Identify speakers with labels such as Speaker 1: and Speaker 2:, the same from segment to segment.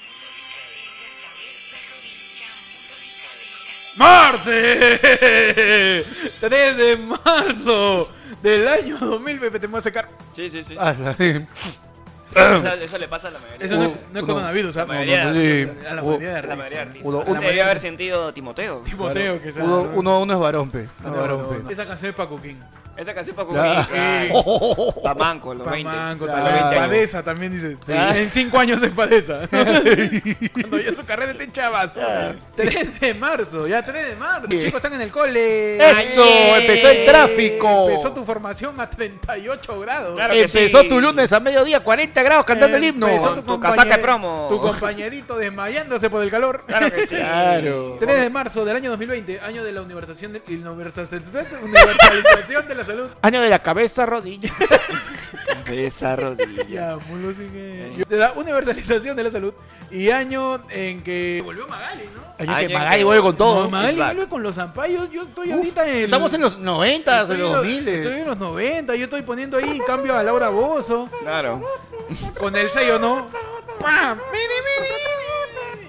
Speaker 1: Marte. 3 de marzo del año 2020 te voy a sacar.
Speaker 2: Sí, sí, sí.
Speaker 3: Ah, la- sí.
Speaker 2: Eso, eso le pasa a la mayoría.
Speaker 1: Eso no,
Speaker 3: Uh,
Speaker 1: es- no es
Speaker 3: no.
Speaker 1: coronavirus, ¿ah?
Speaker 2: La
Speaker 1: ¿sabes?
Speaker 2: mayoría.
Speaker 3: Sí.
Speaker 1: A la
Speaker 3: Uh,
Speaker 1: mayoría de
Speaker 2: la
Speaker 1: artistas.
Speaker 2: mayoría de artistas.
Speaker 3: Uno-
Speaker 2: O sea,
Speaker 3: uno-
Speaker 2: debió haber sentido Timoteo.
Speaker 1: Timoteo, que sea,
Speaker 3: Uno,
Speaker 1: ¿no?
Speaker 3: uno, uno es varón, pe.
Speaker 1: No,
Speaker 3: Uno es
Speaker 1: no,
Speaker 3: varón,
Speaker 1: no,
Speaker 3: pe.
Speaker 1: no. Esa canción es Paco King.
Speaker 2: Esa canción para
Speaker 3: Ya. oh,
Speaker 2: comer. Pa' manco, Ah, los 20.
Speaker 1: Pamanco,
Speaker 3: Claro.
Speaker 1: también.
Speaker 3: Claro.
Speaker 1: Padeza también dice.
Speaker 2: Ah.
Speaker 1: En cinco años en Padeza. Cuando ya su carrera esté chavazo. 3 de marzo, ya 3 de marzo.
Speaker 3: Sí.
Speaker 1: Chicos, están en el cole.
Speaker 3: ¡Eso! Empezó el tráfico.
Speaker 1: Empezó tu formación a 38 grados.
Speaker 2: Claro. que
Speaker 3: Empezó
Speaker 2: sí.
Speaker 3: tu lunes a mediodía, 40 grados cantando
Speaker 1: Eh,
Speaker 3: el himno.
Speaker 1: Empezó
Speaker 2: Con tu casaca de promo.
Speaker 1: pues, Tu compañerito desmayándose por el calor.
Speaker 2: Claro que sí.
Speaker 3: Claro.
Speaker 1: 3 de marzo del año 2020, año de la universalización de, universalización de la salud.
Speaker 3: Año de la cabeza, rodilla.
Speaker 2: Esa rodilla.
Speaker 1: Ya, mulo sigue. De la universalización de la salud y año en que volvió Magali, ¿no?
Speaker 3: Año
Speaker 2: Año
Speaker 3: que
Speaker 2: que-
Speaker 3: Magali vuelve con todo.
Speaker 1: No, Magali
Speaker 2: es back.
Speaker 1: vuelve con los zampayos. Yo estoy
Speaker 3: Uf,
Speaker 1: ahorita en.
Speaker 3: Estamos en los 90, en
Speaker 1: estoy
Speaker 3: los 2000.
Speaker 1: Estoy en los 90. Yo estoy poniendo ahí en cambio a Laura Bozo.
Speaker 2: Claro.
Speaker 1: Con el sello, ¿no? ¡Pam! Ah, Mini, mini, mini.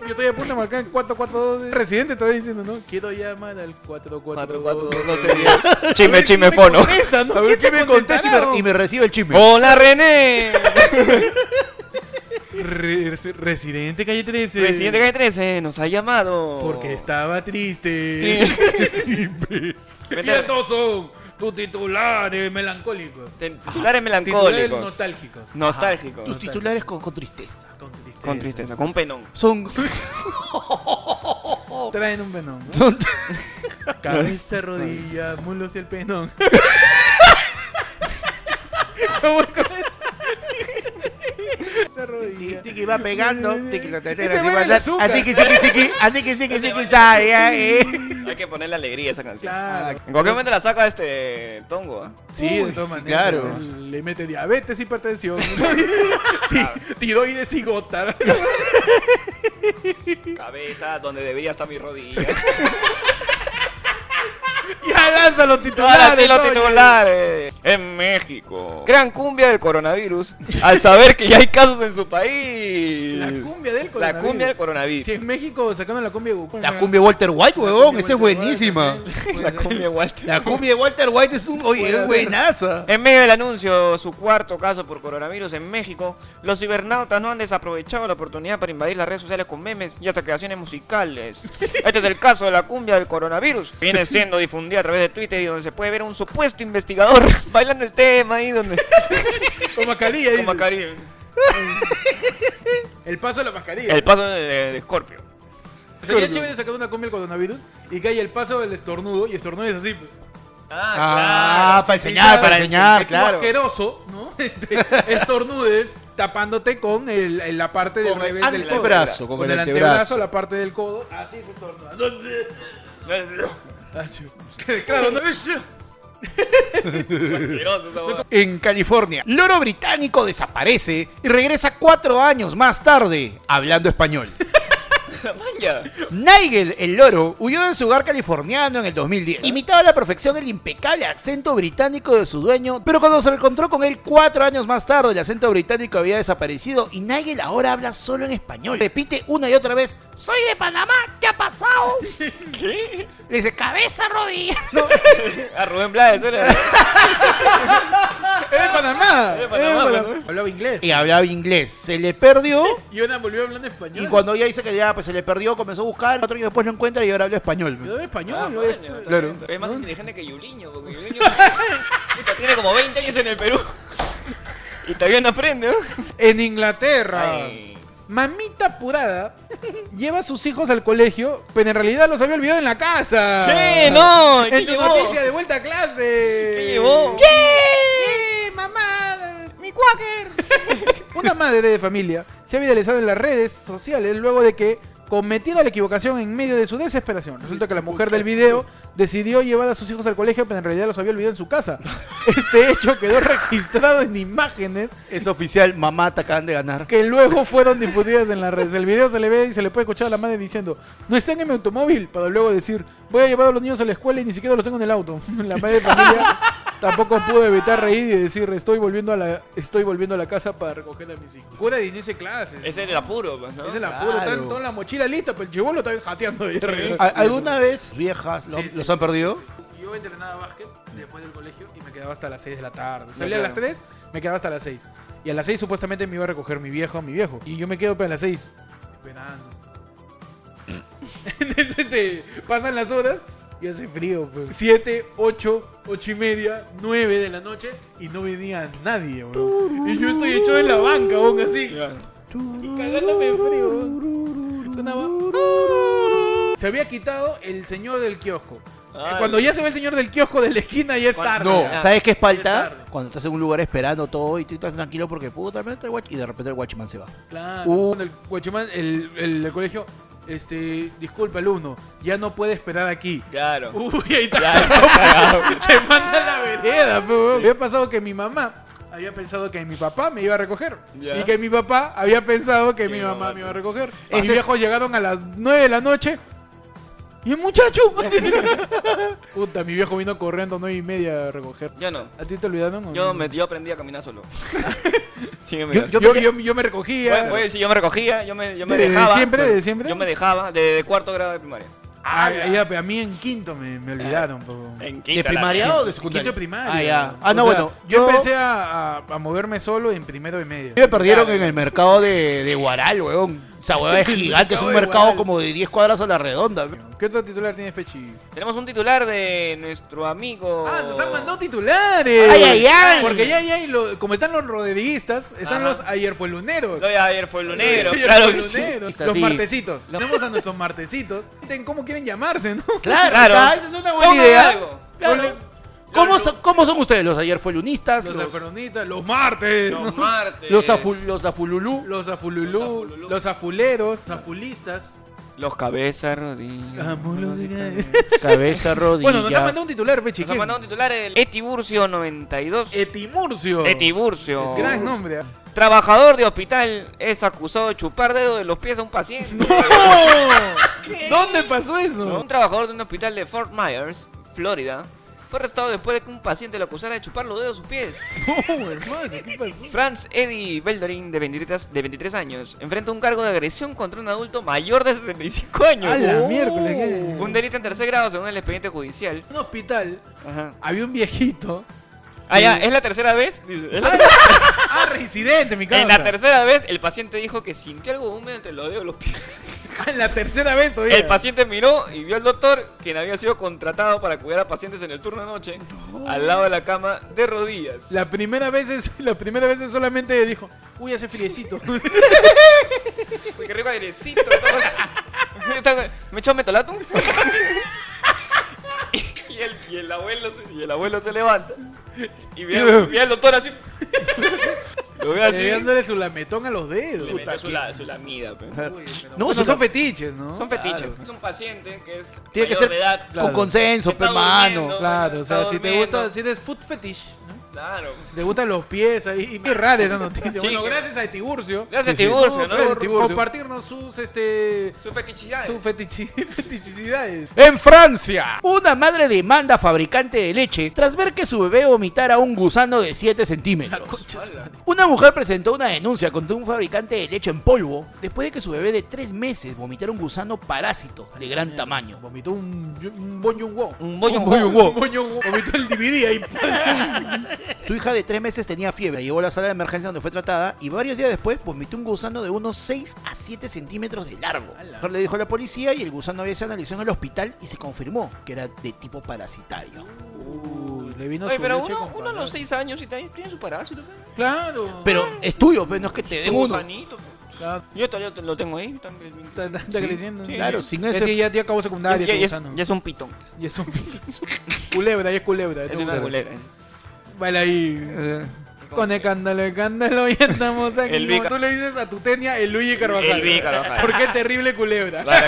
Speaker 1: Yo estoy a punto de marcar en 442. Residente está diciendo, ¿no? Quiero llamar al 442.
Speaker 2: 12, 10. Chime, chime, fono.
Speaker 1: Esta, ¿no?
Speaker 3: A ver
Speaker 1: ¿Quién
Speaker 3: qué me contesta y
Speaker 1: contestará?
Speaker 3: me- y me recibe el chisme.
Speaker 2: Hola, René.
Speaker 1: Re- re- Residente Calle 13.
Speaker 2: Presidente Calle 13 nos ha llamado.
Speaker 1: Porque estaba triste.
Speaker 2: Vete-
Speaker 1: son tus titulares melancólicos.
Speaker 2: te- Titulares
Speaker 1: Titulares
Speaker 2: melancólicos.
Speaker 1: nostálgicos.
Speaker 2: Nostálgicos.
Speaker 3: Tus titulares con, con tristeza.
Speaker 1: Con tristeza.
Speaker 2: Con tristeza, con un penón.
Speaker 3: Son.
Speaker 1: Traen un penón. ¿no?
Speaker 3: son
Speaker 1: Cabeza, rodilla, mulos y el penón. ¿Cómo es? ¿Cómo es? Cabeza, rodilla.
Speaker 3: tiki va pegando. Tiki lo
Speaker 1: Y se muere el azúcar.
Speaker 3: Así que tiki tiki. Así que tiki tiki. sabe, ya, eh.
Speaker 2: Hay que ponerle alegría a esa canción.
Speaker 1: Claro.
Speaker 2: En cualquier momento la saca este tongo. ¿ah?
Speaker 1: Sí,
Speaker 3: Uy,
Speaker 1: de todas
Speaker 3: sí,
Speaker 1: maneras.
Speaker 3: claro.
Speaker 1: Le mete diabetes, hipertensión, ti- tiroides y gota.
Speaker 2: Cabeza, donde debería estar mi rodilla.
Speaker 1: Ya lanza los titulares.
Speaker 2: Ahora sí los
Speaker 1: oye.
Speaker 2: titulares. En México. Crean cumbia del coronavirus al saber que ya hay casos en su país.
Speaker 1: La cumbia del
Speaker 2: La cumbia del
Speaker 1: coronavirus. Si
Speaker 2: coronavirus.
Speaker 1: en México sacaron la cumbia de Goku.
Speaker 3: La cumbia de Walter White, huevón. Esa es buenísima.
Speaker 2: La cumbia de Walter.
Speaker 3: La cumbia de Walter White es un. Oye,
Speaker 1: Puede
Speaker 3: es
Speaker 1: haber.
Speaker 3: buenaza.
Speaker 2: En medio del anuncio, su cuarto caso por coronavirus en México, los cibernautas no han desaprovechado la oportunidad para invadir las redes sociales con memes y hasta creaciones musicales. Este es el caso de la cumbia del coronavirus. Viene siendo difundida a través de Twitter y donde se puede ver a un supuesto investigador bailando el tema ahí donde...
Speaker 1: Con mascarilla,
Speaker 2: con
Speaker 1: dice.
Speaker 2: mascarilla.
Speaker 1: El paso de la mascarilla.
Speaker 2: El paso de, de- de Scorpio.
Speaker 1: Sería chévere sacar una cumbia del coronavirus y que haya el paso del estornudo y estornudo es así. pues.
Speaker 3: Ah, para enseñar,
Speaker 1: ¿sabes?
Speaker 3: para enseñar,
Speaker 1: Que tú
Speaker 3: claro.
Speaker 1: asqueroso, ¿no? Este, estornudes tapándote con el- el- la parte del
Speaker 3: Con el
Speaker 1: revés del codo.
Speaker 3: antebrazo, con el antebrazo.
Speaker 1: la parte del codo. Así se estornuda. Ah, sí. Claro, ¿no?
Speaker 2: Asqueroso esa hueá.
Speaker 3: En California, loro británico desaparece y regresa cuatro años más tarde hablando español.
Speaker 2: Maña.
Speaker 3: Nigel, el loro, huyó de su hogar californiano en el 2010. Imitaba a la perfección el impecable acento británico de su dueño, pero cuando se encontró con él cuatro años más tarde, el acento británico había desaparecido y Nigel ahora habla solo en español. Repite una y otra vez, soy de Panamá, ¿qué ha pasado?
Speaker 2: ¿Qué?
Speaker 3: Le dice, cabeza, rodilla. No,
Speaker 2: A ah, Rubén Blades ¿eh? era.
Speaker 1: Es de Panamá.
Speaker 2: Es de
Speaker 1: Es de
Speaker 2: Panamá,
Speaker 1: Panamá.
Speaker 2: pues,
Speaker 1: Hablaba inglés.
Speaker 3: y hablaba inglés. Se le perdió
Speaker 1: Y una volvió hablando español.
Speaker 3: y cuando ella dice que ya pues, se le perdió, comenzó a buscar, cuatro años después lo encuentra y ahora habla
Speaker 1: Yo
Speaker 3: español. Este,
Speaker 1: hablo español.
Speaker 2: Ah,
Speaker 1: yo
Speaker 2: maña,
Speaker 1: hablo
Speaker 2: está
Speaker 1: español.
Speaker 3: claro.
Speaker 2: bien. Es más inteligente que Yuliño, porque Yuliño puta, tiene como 20 años en el Perú. Y todavía no aprende, ¿no?
Speaker 1: En Inglaterra.
Speaker 2: Ay.
Speaker 1: Mamita apurada lleva a sus hijos al colegio, pero en realidad los había olvidado en la casa.
Speaker 2: ¿Qué? No, ¿y qué
Speaker 1: en tu
Speaker 2: llevó?
Speaker 1: noticia de vuelta a clase.
Speaker 2: ¿Qué llevó?
Speaker 1: ¿Qué? Mamá.
Speaker 2: ¡Mi cuáquer!
Speaker 1: Una madre de familia se ha viralizado en las redes sociales luego de que cometiera la equivocación en medio de su desesperación. Resulta que la mujer del video decidió llevar a sus hijos al colegio, pero en realidad los había olvidado en su casa. Este hecho quedó registrado en imágenes
Speaker 3: Es oficial, mamá te acaban de ganar.
Speaker 1: que luego fueron difundidas en las redes. El video se le ve y se le puede escuchar a la madre diciendo, no están en mi automóvil, para luego decir, voy a llevar a los niños a la escuela y ni siquiera los tengo en el auto. La madre de familia Tampoco pude evitar reír y decir, estoy volviendo a la, estoy volviendo a la casa para recoger a mis hijos. Cura de inicio de clases.
Speaker 2: Ese es el apuro, pues, ¿no?
Speaker 1: Es el apuro,
Speaker 3: Claro.
Speaker 1: están toda la mochila lista, pero el chivolo está jateando. ahí arriba.
Speaker 3: ¿Al- ¿Alguna vez viejas lo-
Speaker 1: Sí, sí,
Speaker 3: los
Speaker 1: sí.
Speaker 3: han perdido?
Speaker 1: Yo entrenaba básquet después del colegio y me quedaba hasta las 6 de la tarde. Salía a
Speaker 2: claro.
Speaker 1: las 3, me quedaba hasta las 6. Y a las 6 supuestamente me iba a recoger mi viejo, mi viejo. Y yo me quedo para las 6. Esperando. Entonces este, pasan las horas y hace frío. 7, 8, 8 y media, 9 de la noche y no venía nadie. weón. Y yo estoy echado en la banca, aún así. Y cagándome de frío. weón. Sonaba. Se había quitado el señor del kiosco.
Speaker 2: Ay.
Speaker 1: Cuando ya se ve el señor del kiosco de la esquina, ya es
Speaker 2: Cuando-
Speaker 1: tarde.
Speaker 3: No,
Speaker 1: ya.
Speaker 3: ¿sabes qué es
Speaker 1: Es
Speaker 3: falta?
Speaker 1: tarde.
Speaker 3: Cuando estás en un lugar esperando todo y tú estás tranquilo porque puta, me está el watch y de repente el watchman se va.
Speaker 1: Claro.
Speaker 3: Uh.
Speaker 1: Cuando el guachimán, el, el- el colegio, este, disculpa, alumno, ya no puede esperar aquí.
Speaker 2: Claro.
Speaker 1: Uy, ahí está.
Speaker 2: Ya, cagado.
Speaker 1: Te manda a la vereda, pe, weón. Había pasado que mi mamá había pensado que mi papá me iba a recoger.
Speaker 2: Ya.
Speaker 1: Y que mi papá había pensado que
Speaker 2: Que
Speaker 1: mi
Speaker 2: mi
Speaker 1: mamá
Speaker 2: mamá
Speaker 1: me iba a recoger.
Speaker 3: Ese
Speaker 1: Mis
Speaker 3: es-
Speaker 1: viejos llegaron a las 9 de la noche. Y el muchacho. pues. Puta, mi viejo vino corriendo nueve y media a recoger.
Speaker 2: Yo no.
Speaker 1: ¿A ti te olvidaron? o
Speaker 2: Yo,
Speaker 1: no?
Speaker 2: me, yo aprendí a caminar solo. Sí, me-
Speaker 3: Yo- yo-
Speaker 1: Yo, yo, yo me recogía.
Speaker 2: Bueno, pues, sí, yo me recogía, yo me, yo me
Speaker 1: ¿Desde
Speaker 2: dejaba.
Speaker 1: siempre? ¿Desde siempre?
Speaker 2: Yo me dejaba desde cuarto grado de primaria.
Speaker 1: Ah, ya, ya, pero a mí en quinto me, me olvidaron. po.
Speaker 2: En quinta,
Speaker 3: ¿De
Speaker 2: la
Speaker 3: primaria
Speaker 2: mierda.
Speaker 3: o de secundaria?
Speaker 1: Quinto de primaria.
Speaker 3: Ah, ya. Ah, no,
Speaker 1: O sea,
Speaker 3: bueno.
Speaker 1: Yo
Speaker 3: Yo,
Speaker 1: empecé a, a- a moverme solo en primero de medio.
Speaker 3: yo me perdieron en el mercado de, de Guaral, weón. Esa weón es gigante, es un
Speaker 1: mercado de
Speaker 3: mercado
Speaker 1: Guaral.
Speaker 3: como de 10 cuadras a la redonda.
Speaker 1: ¿Qué otro titular tienes, Pechi?
Speaker 2: Tenemos un titular de nuestro amigo.
Speaker 1: Ah, nos han mandado titulares.
Speaker 3: Ay, ay, ay.
Speaker 1: Porque ya, ya, y lo- como están los rodriguistas, están
Speaker 2: Ajá.
Speaker 1: los ayer fue luneros.
Speaker 2: Lo de ayer fue el lunero,
Speaker 1: Ayer
Speaker 2: claro
Speaker 1: fue
Speaker 2: que sí.
Speaker 1: luneros.
Speaker 3: Está
Speaker 1: Los
Speaker 3: así.
Speaker 1: martesitos. Tenemos a nuestros martesitos. Comenten ¿Cómo quieren llamarse, no?
Speaker 3: Claro,
Speaker 2: Claro.
Speaker 3: está, esa es una buena
Speaker 2: Pongan
Speaker 3: idea.
Speaker 2: algo.
Speaker 3: Claro.
Speaker 1: Ponle-
Speaker 3: ¿Cómo,
Speaker 1: Claro.
Speaker 3: son, ¿Cómo son ustedes? ¿Los ayer fue lunistas?
Speaker 1: Los
Speaker 3: ¿Los, los,
Speaker 1: aferonitas, los martes. ¿no?
Speaker 2: Los martes.
Speaker 3: afu- los afululú?
Speaker 1: Los afululú,
Speaker 2: Los afululú.
Speaker 1: los afuleros, los afulistas.
Speaker 2: Los cabezas, rodillas.
Speaker 1: Amo los de-
Speaker 3: Cabeza, rodilla.
Speaker 1: Bueno, nos han mandado un titular, Pechi.
Speaker 2: Nos ha
Speaker 1: ¿quién?
Speaker 2: mandado un titular el Etiburcio92.
Speaker 1: Etimurcio.
Speaker 2: Etiburcio.
Speaker 1: Gran nombre. ¿ah?
Speaker 2: Trabajador de hospital es acusado de chupar dedos de los pies a un paciente.
Speaker 1: ¿Dónde pasó eso?
Speaker 2: Un trabajador de un hospital de Fort Myers, Florida, fue arrestado después de que un paciente lo acusara de chupar los dedos de sus pies.
Speaker 1: No, hermano, ¿qué pasó?
Speaker 2: Franz Eddie Beldorin, de 23, de 23 años, enfrenta un cargo de agresión contra un adulto mayor de 65 años.
Speaker 1: A la miércoles. ¿qué?
Speaker 2: Un delito en tercer grado según el expediente judicial.
Speaker 1: un hospital
Speaker 2: Ajá.
Speaker 1: había un viejito.
Speaker 2: Ah, ya, es la tercera vez. Dice, es la-
Speaker 1: Ah, reincidente, mi
Speaker 2: en
Speaker 1: causa.
Speaker 2: la tercera vez, el paciente dijo que sintió algo húmedo entre los dedos de los pies.
Speaker 1: Ah, en la tercera vez todavía.
Speaker 2: El paciente miró y vio al doctor, quien había sido contratado para cuidar a pacientes en el turno de noche, al lado de la cama de rodillas.
Speaker 1: La primera vez es, la primera vez es solamente dijo, uy, hace friecito.
Speaker 2: Uy, qué rico airecito. todo. Está- ¿Me echó metolato? y, y el, y el abuelo se, y el abuelo se levanta. Y ve, al- ve al doctor así. Lo ve así.
Speaker 1: Eh, dándole su lametón a los dedos.
Speaker 2: Le metió su, la, su lamida. pe.
Speaker 1: No,
Speaker 3: No,
Speaker 1: no
Speaker 3: su-
Speaker 1: son fetiches, ¿no?
Speaker 2: Son fetiches. Es un paciente que es
Speaker 3: Tiene que
Speaker 2: mayor
Speaker 3: ser
Speaker 2: de edad.
Speaker 1: Claro.
Speaker 3: con consenso,
Speaker 2: Está
Speaker 3: pe, mano.
Speaker 2: durmiendo.
Speaker 1: Claro, o sea,
Speaker 2: Está
Speaker 1: si te
Speaker 2: durmiendo.
Speaker 1: gusta, si eres food fetish, ¿no?
Speaker 2: Claro.
Speaker 1: Te gustan los pies ahí. Qué rara esa noticia.
Speaker 2: Sí,
Speaker 1: bueno,
Speaker 2: que-
Speaker 1: gracias a Tiburcio.
Speaker 2: Gracias, Tiburcio, ¿no?
Speaker 1: Por
Speaker 3: Tiburcio.
Speaker 1: compartirnos sus este
Speaker 2: Su fetichidad.
Speaker 1: sus fetichi- fetichicidades.
Speaker 3: En Francia, una madre demanda a fabricante de leche tras ver que su bebé vomitara un gusano de 7 centímetros. Una mujer presentó una denuncia contra un fabricante de leche en polvo después de que su bebé de 3 meses vomitara un gusano parásito de gran tamaño.
Speaker 1: Vomitó un, un boñón wow.
Speaker 2: Un bollo
Speaker 1: Un boñón wow. Vomitó el DVD ahí.
Speaker 3: Su hija de 3 meses tenía fiebre, llegó a la sala de emergencia donde fue tratada y varios días después vomitó un gusano de unos 6 a 7 centímetros de largo. La mujer le dijo a la policía y el gusano había sido analizado en el hospital y se confirmó que era de tipo parasitario.
Speaker 1: Uy, le vino
Speaker 2: Oye,
Speaker 1: su
Speaker 2: pero
Speaker 1: leche
Speaker 2: uno,
Speaker 1: con
Speaker 2: uno a los
Speaker 1: palabra.
Speaker 2: 6 años y tiene tiene su parásito. pe.
Speaker 1: Claro.
Speaker 3: Pero es tuyo, pues no es que te
Speaker 2: Su
Speaker 3: den uno.
Speaker 2: gusanito. pe.
Speaker 1: Claro,
Speaker 2: Yo todavía te- lo tengo ahí. tan-
Speaker 1: Está, está- está
Speaker 3: Sí,
Speaker 1: creciendo.
Speaker 2: sí,
Speaker 3: Claro, sin
Speaker 1: Ya,
Speaker 3: ese.
Speaker 1: ya, ya acabó
Speaker 2: Ya,
Speaker 1: secundaria.
Speaker 2: ya- ya es,
Speaker 1: Tibusano.
Speaker 2: ya es un pitón.
Speaker 1: Y es un... culebra, ya es culebra.
Speaker 2: Es una culera. ¿eh?
Speaker 1: Baila ahí. Con el cándalo, el cándalo, ya estamos aquí.
Speaker 2: El
Speaker 1: Como
Speaker 2: Vica-
Speaker 1: tú le dices a tu tenia, el Luigi Carvajal.
Speaker 2: El Luigi Carvajal.
Speaker 1: Porque es terrible culebra.
Speaker 2: Claro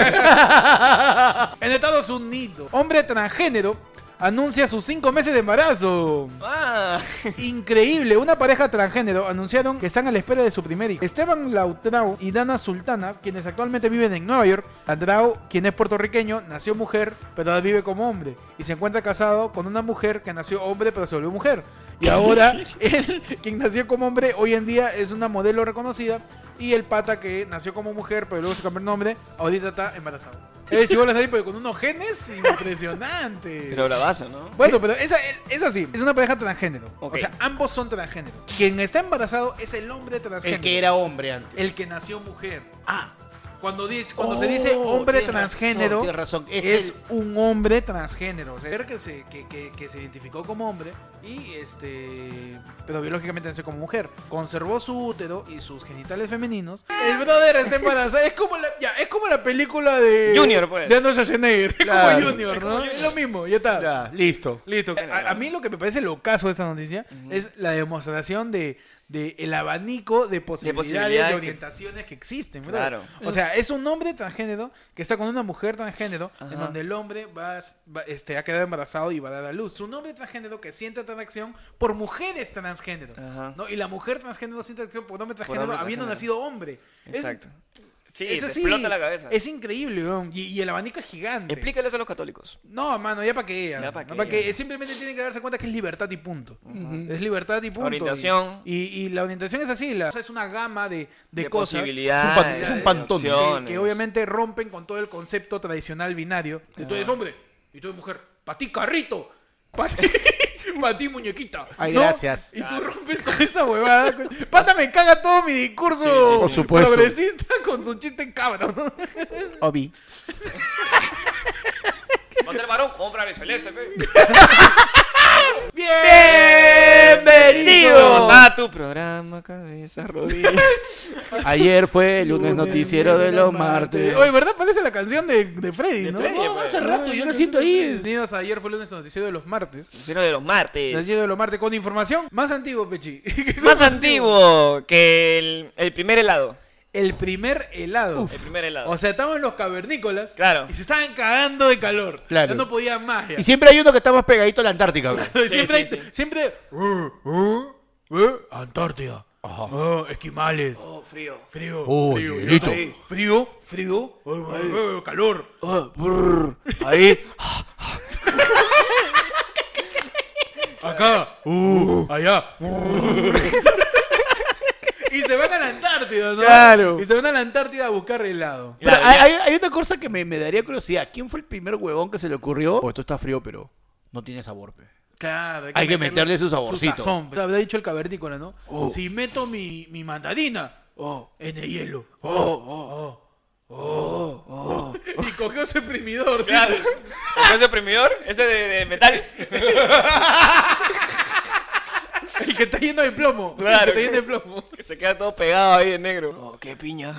Speaker 2: que sí.
Speaker 1: En Estados Unidos, hombre transgénero anuncia sus cinco meses de embarazo.
Speaker 2: Ah,
Speaker 1: Increíble, una pareja transgénero anunciaron que están a la espera de su primer hijo. Esteban Lautrao y Dana Sultana, quienes actualmente viven en Nueva York. Lautrao, quien es puertorriqueño, nació mujer, pero ahora vive como hombre. Y se encuentra casado con una mujer que nació hombre, pero se volvió mujer. Y ahora, él, quien nació como hombre, hoy en día es una modelo reconocida. Y el pata que nació como mujer, pero luego se cambió el nombre, ahorita está embarazado. El chivo ahí, pero con unos genes impresionantes.
Speaker 2: pero bravazo, ¿no?
Speaker 1: Bueno, pero esa es así. Es una pareja transgénero.
Speaker 2: Ok.
Speaker 1: O sea, ambos son transgénero. Quien está embarazado es el hombre transgénero.
Speaker 3: El que era hombre antes.
Speaker 1: El que nació mujer. Ah. Cuando, dice, cuando se dice hombre transgénero,
Speaker 3: Oh, Tienes razón. Es,
Speaker 1: es
Speaker 3: el-
Speaker 1: un hombre transgénero. O sea, mujer que se, que, que- que se identificó como hombre y este. Pero biológicamente nació como mujer. Conservó su útero y sus genitales femeninos. El brother está embarazado. Es como la, ya, es como la película de.
Speaker 2: Junior, pues.
Speaker 1: De Arnold Schwarzenegger. Es
Speaker 3: Claro.
Speaker 1: como Junior, ¿no? Es lo mismo, ya está.
Speaker 3: Ya, listo.
Speaker 1: Listo. A, a mí lo que me parece locazo de esta noticia
Speaker 2: Ujú.
Speaker 1: es la demostración de, de el abanico de posibilidades, de,
Speaker 2: posibilidades que-
Speaker 1: orientaciones que, existen. bro.
Speaker 2: Claro.
Speaker 1: O sea, es un hombre transgénero que está con una mujer transgénero
Speaker 2: Ajá.
Speaker 1: en donde el hombre va, a- va- este, ha quedado embarazado y va a dar a luz. Un hombre transgénero que siente atracción por mujeres transgénero.
Speaker 2: Ajá.
Speaker 1: ¿no? Y la mujer transgénero siente atracción por hombre transgénero
Speaker 2: hombre
Speaker 1: habiendo
Speaker 2: transgénero.
Speaker 1: nacido hombre. Es-
Speaker 2: Exacto. Sí,
Speaker 1: es
Speaker 2: te
Speaker 1: así,
Speaker 2: explota la cabeza.
Speaker 1: Es increíble, weón, y, y el abanico es gigante.
Speaker 2: Explícales a los católicos.
Speaker 1: No, mano, ya para qué. Ya,
Speaker 2: Ya pa'
Speaker 1: no
Speaker 2: qué,
Speaker 1: pa' qué.
Speaker 2: ya.
Speaker 1: Simplemente tienen que darse cuenta que es libertad y punto.
Speaker 3: Ujú.
Speaker 1: Es libertad y punto.
Speaker 2: Orientación.
Speaker 1: Y, y la orientación es así. La, o sea, es una gama de, de, cosas que,
Speaker 2: posibilidades.
Speaker 3: Es un pas- es un pantón.
Speaker 2: de
Speaker 1: que
Speaker 2: opciones.
Speaker 1: obviamente rompen con todo el concepto tradicional binario. Que tú eres hombre y tú eres mujer. Pa' ti, carrito. Pa' ti, pa' ti, muñequita.
Speaker 3: Ay,
Speaker 1: ¿No?
Speaker 3: gracias.
Speaker 1: Y tú rompes con esa huevada. Pásame, caga todo mi discurso
Speaker 2: Sí, sí, sí.
Speaker 3: Por supuesto.
Speaker 1: progresista con su chiste cabrón.
Speaker 3: Obi.
Speaker 2: Va a ser varón, cómprale celeste, pe.
Speaker 1: Bienvenidos
Speaker 2: Bienvenidos a tu programa Cabeza Rodilla.
Speaker 3: Ayer fue el lunes noticiero de los martes.
Speaker 1: Oye, ¿verdad? Parece la canción de, de Freddy, ¿no?
Speaker 2: Freddy,
Speaker 1: No,
Speaker 2: pues.
Speaker 1: Bienvenidos a ayer fue lunes noticiero de los martes.
Speaker 2: Noticiero de los martes.
Speaker 1: Noticiero de los martes con información más antigua, Pechi.
Speaker 2: Más antiguo que el, el primer helado.
Speaker 1: El primer helado.
Speaker 2: El primer helado.
Speaker 1: O sea, estaban los cavernícolas.
Speaker 2: Claro.
Speaker 1: Y se estaban cagando de calor.
Speaker 3: Claro.
Speaker 1: Ya no podían más. ya.
Speaker 3: Y siempre hay uno que está más pegadito a la Antártica. güey.
Speaker 1: Pero siempre,
Speaker 2: sí,
Speaker 1: hay-
Speaker 2: sí.
Speaker 1: siempre. "Eh, eh, eh, Antártida. Eh, esquimales.
Speaker 2: Oh, frío.
Speaker 1: Frío.
Speaker 3: Oh,
Speaker 1: frío, y
Speaker 3: hielito.
Speaker 1: otro, "Eh, frío, frío, ay, ay, ay, calor.
Speaker 2: Uh, Ahí.
Speaker 1: Acá, uh, allá. y se van a la Antártida, ¿no?
Speaker 3: Claro.
Speaker 1: Y se van a la Antártida a buscar helado.
Speaker 3: Pero
Speaker 2: Claro, ya.
Speaker 3: hay, hay- hay una cosa que me, me daría curiosidad. ¿Quién fue el primer huevón que se le ocurrió? Oh, esto está frío, pero no tiene sabor. pe.
Speaker 1: Claro.
Speaker 3: Hay que meterle su saborcito.
Speaker 1: sazón. pues. Habrá dicho el cavernícola, ¿no?
Speaker 3: Oh.
Speaker 1: Si meto mi, mi mandarina oh, en el hielo. Oh, oh, oh, oh, oh. y cogió su imprimidor.
Speaker 2: Claro.
Speaker 1: dice.
Speaker 2: ¿Con ese oprimidor? Ese de, de metal.
Speaker 1: Y que está lleno de plomo. el
Speaker 2: Claro.
Speaker 1: que está lleno de plomo.
Speaker 2: Que se queda todo pegado ahí en negro. Oh, qué piña.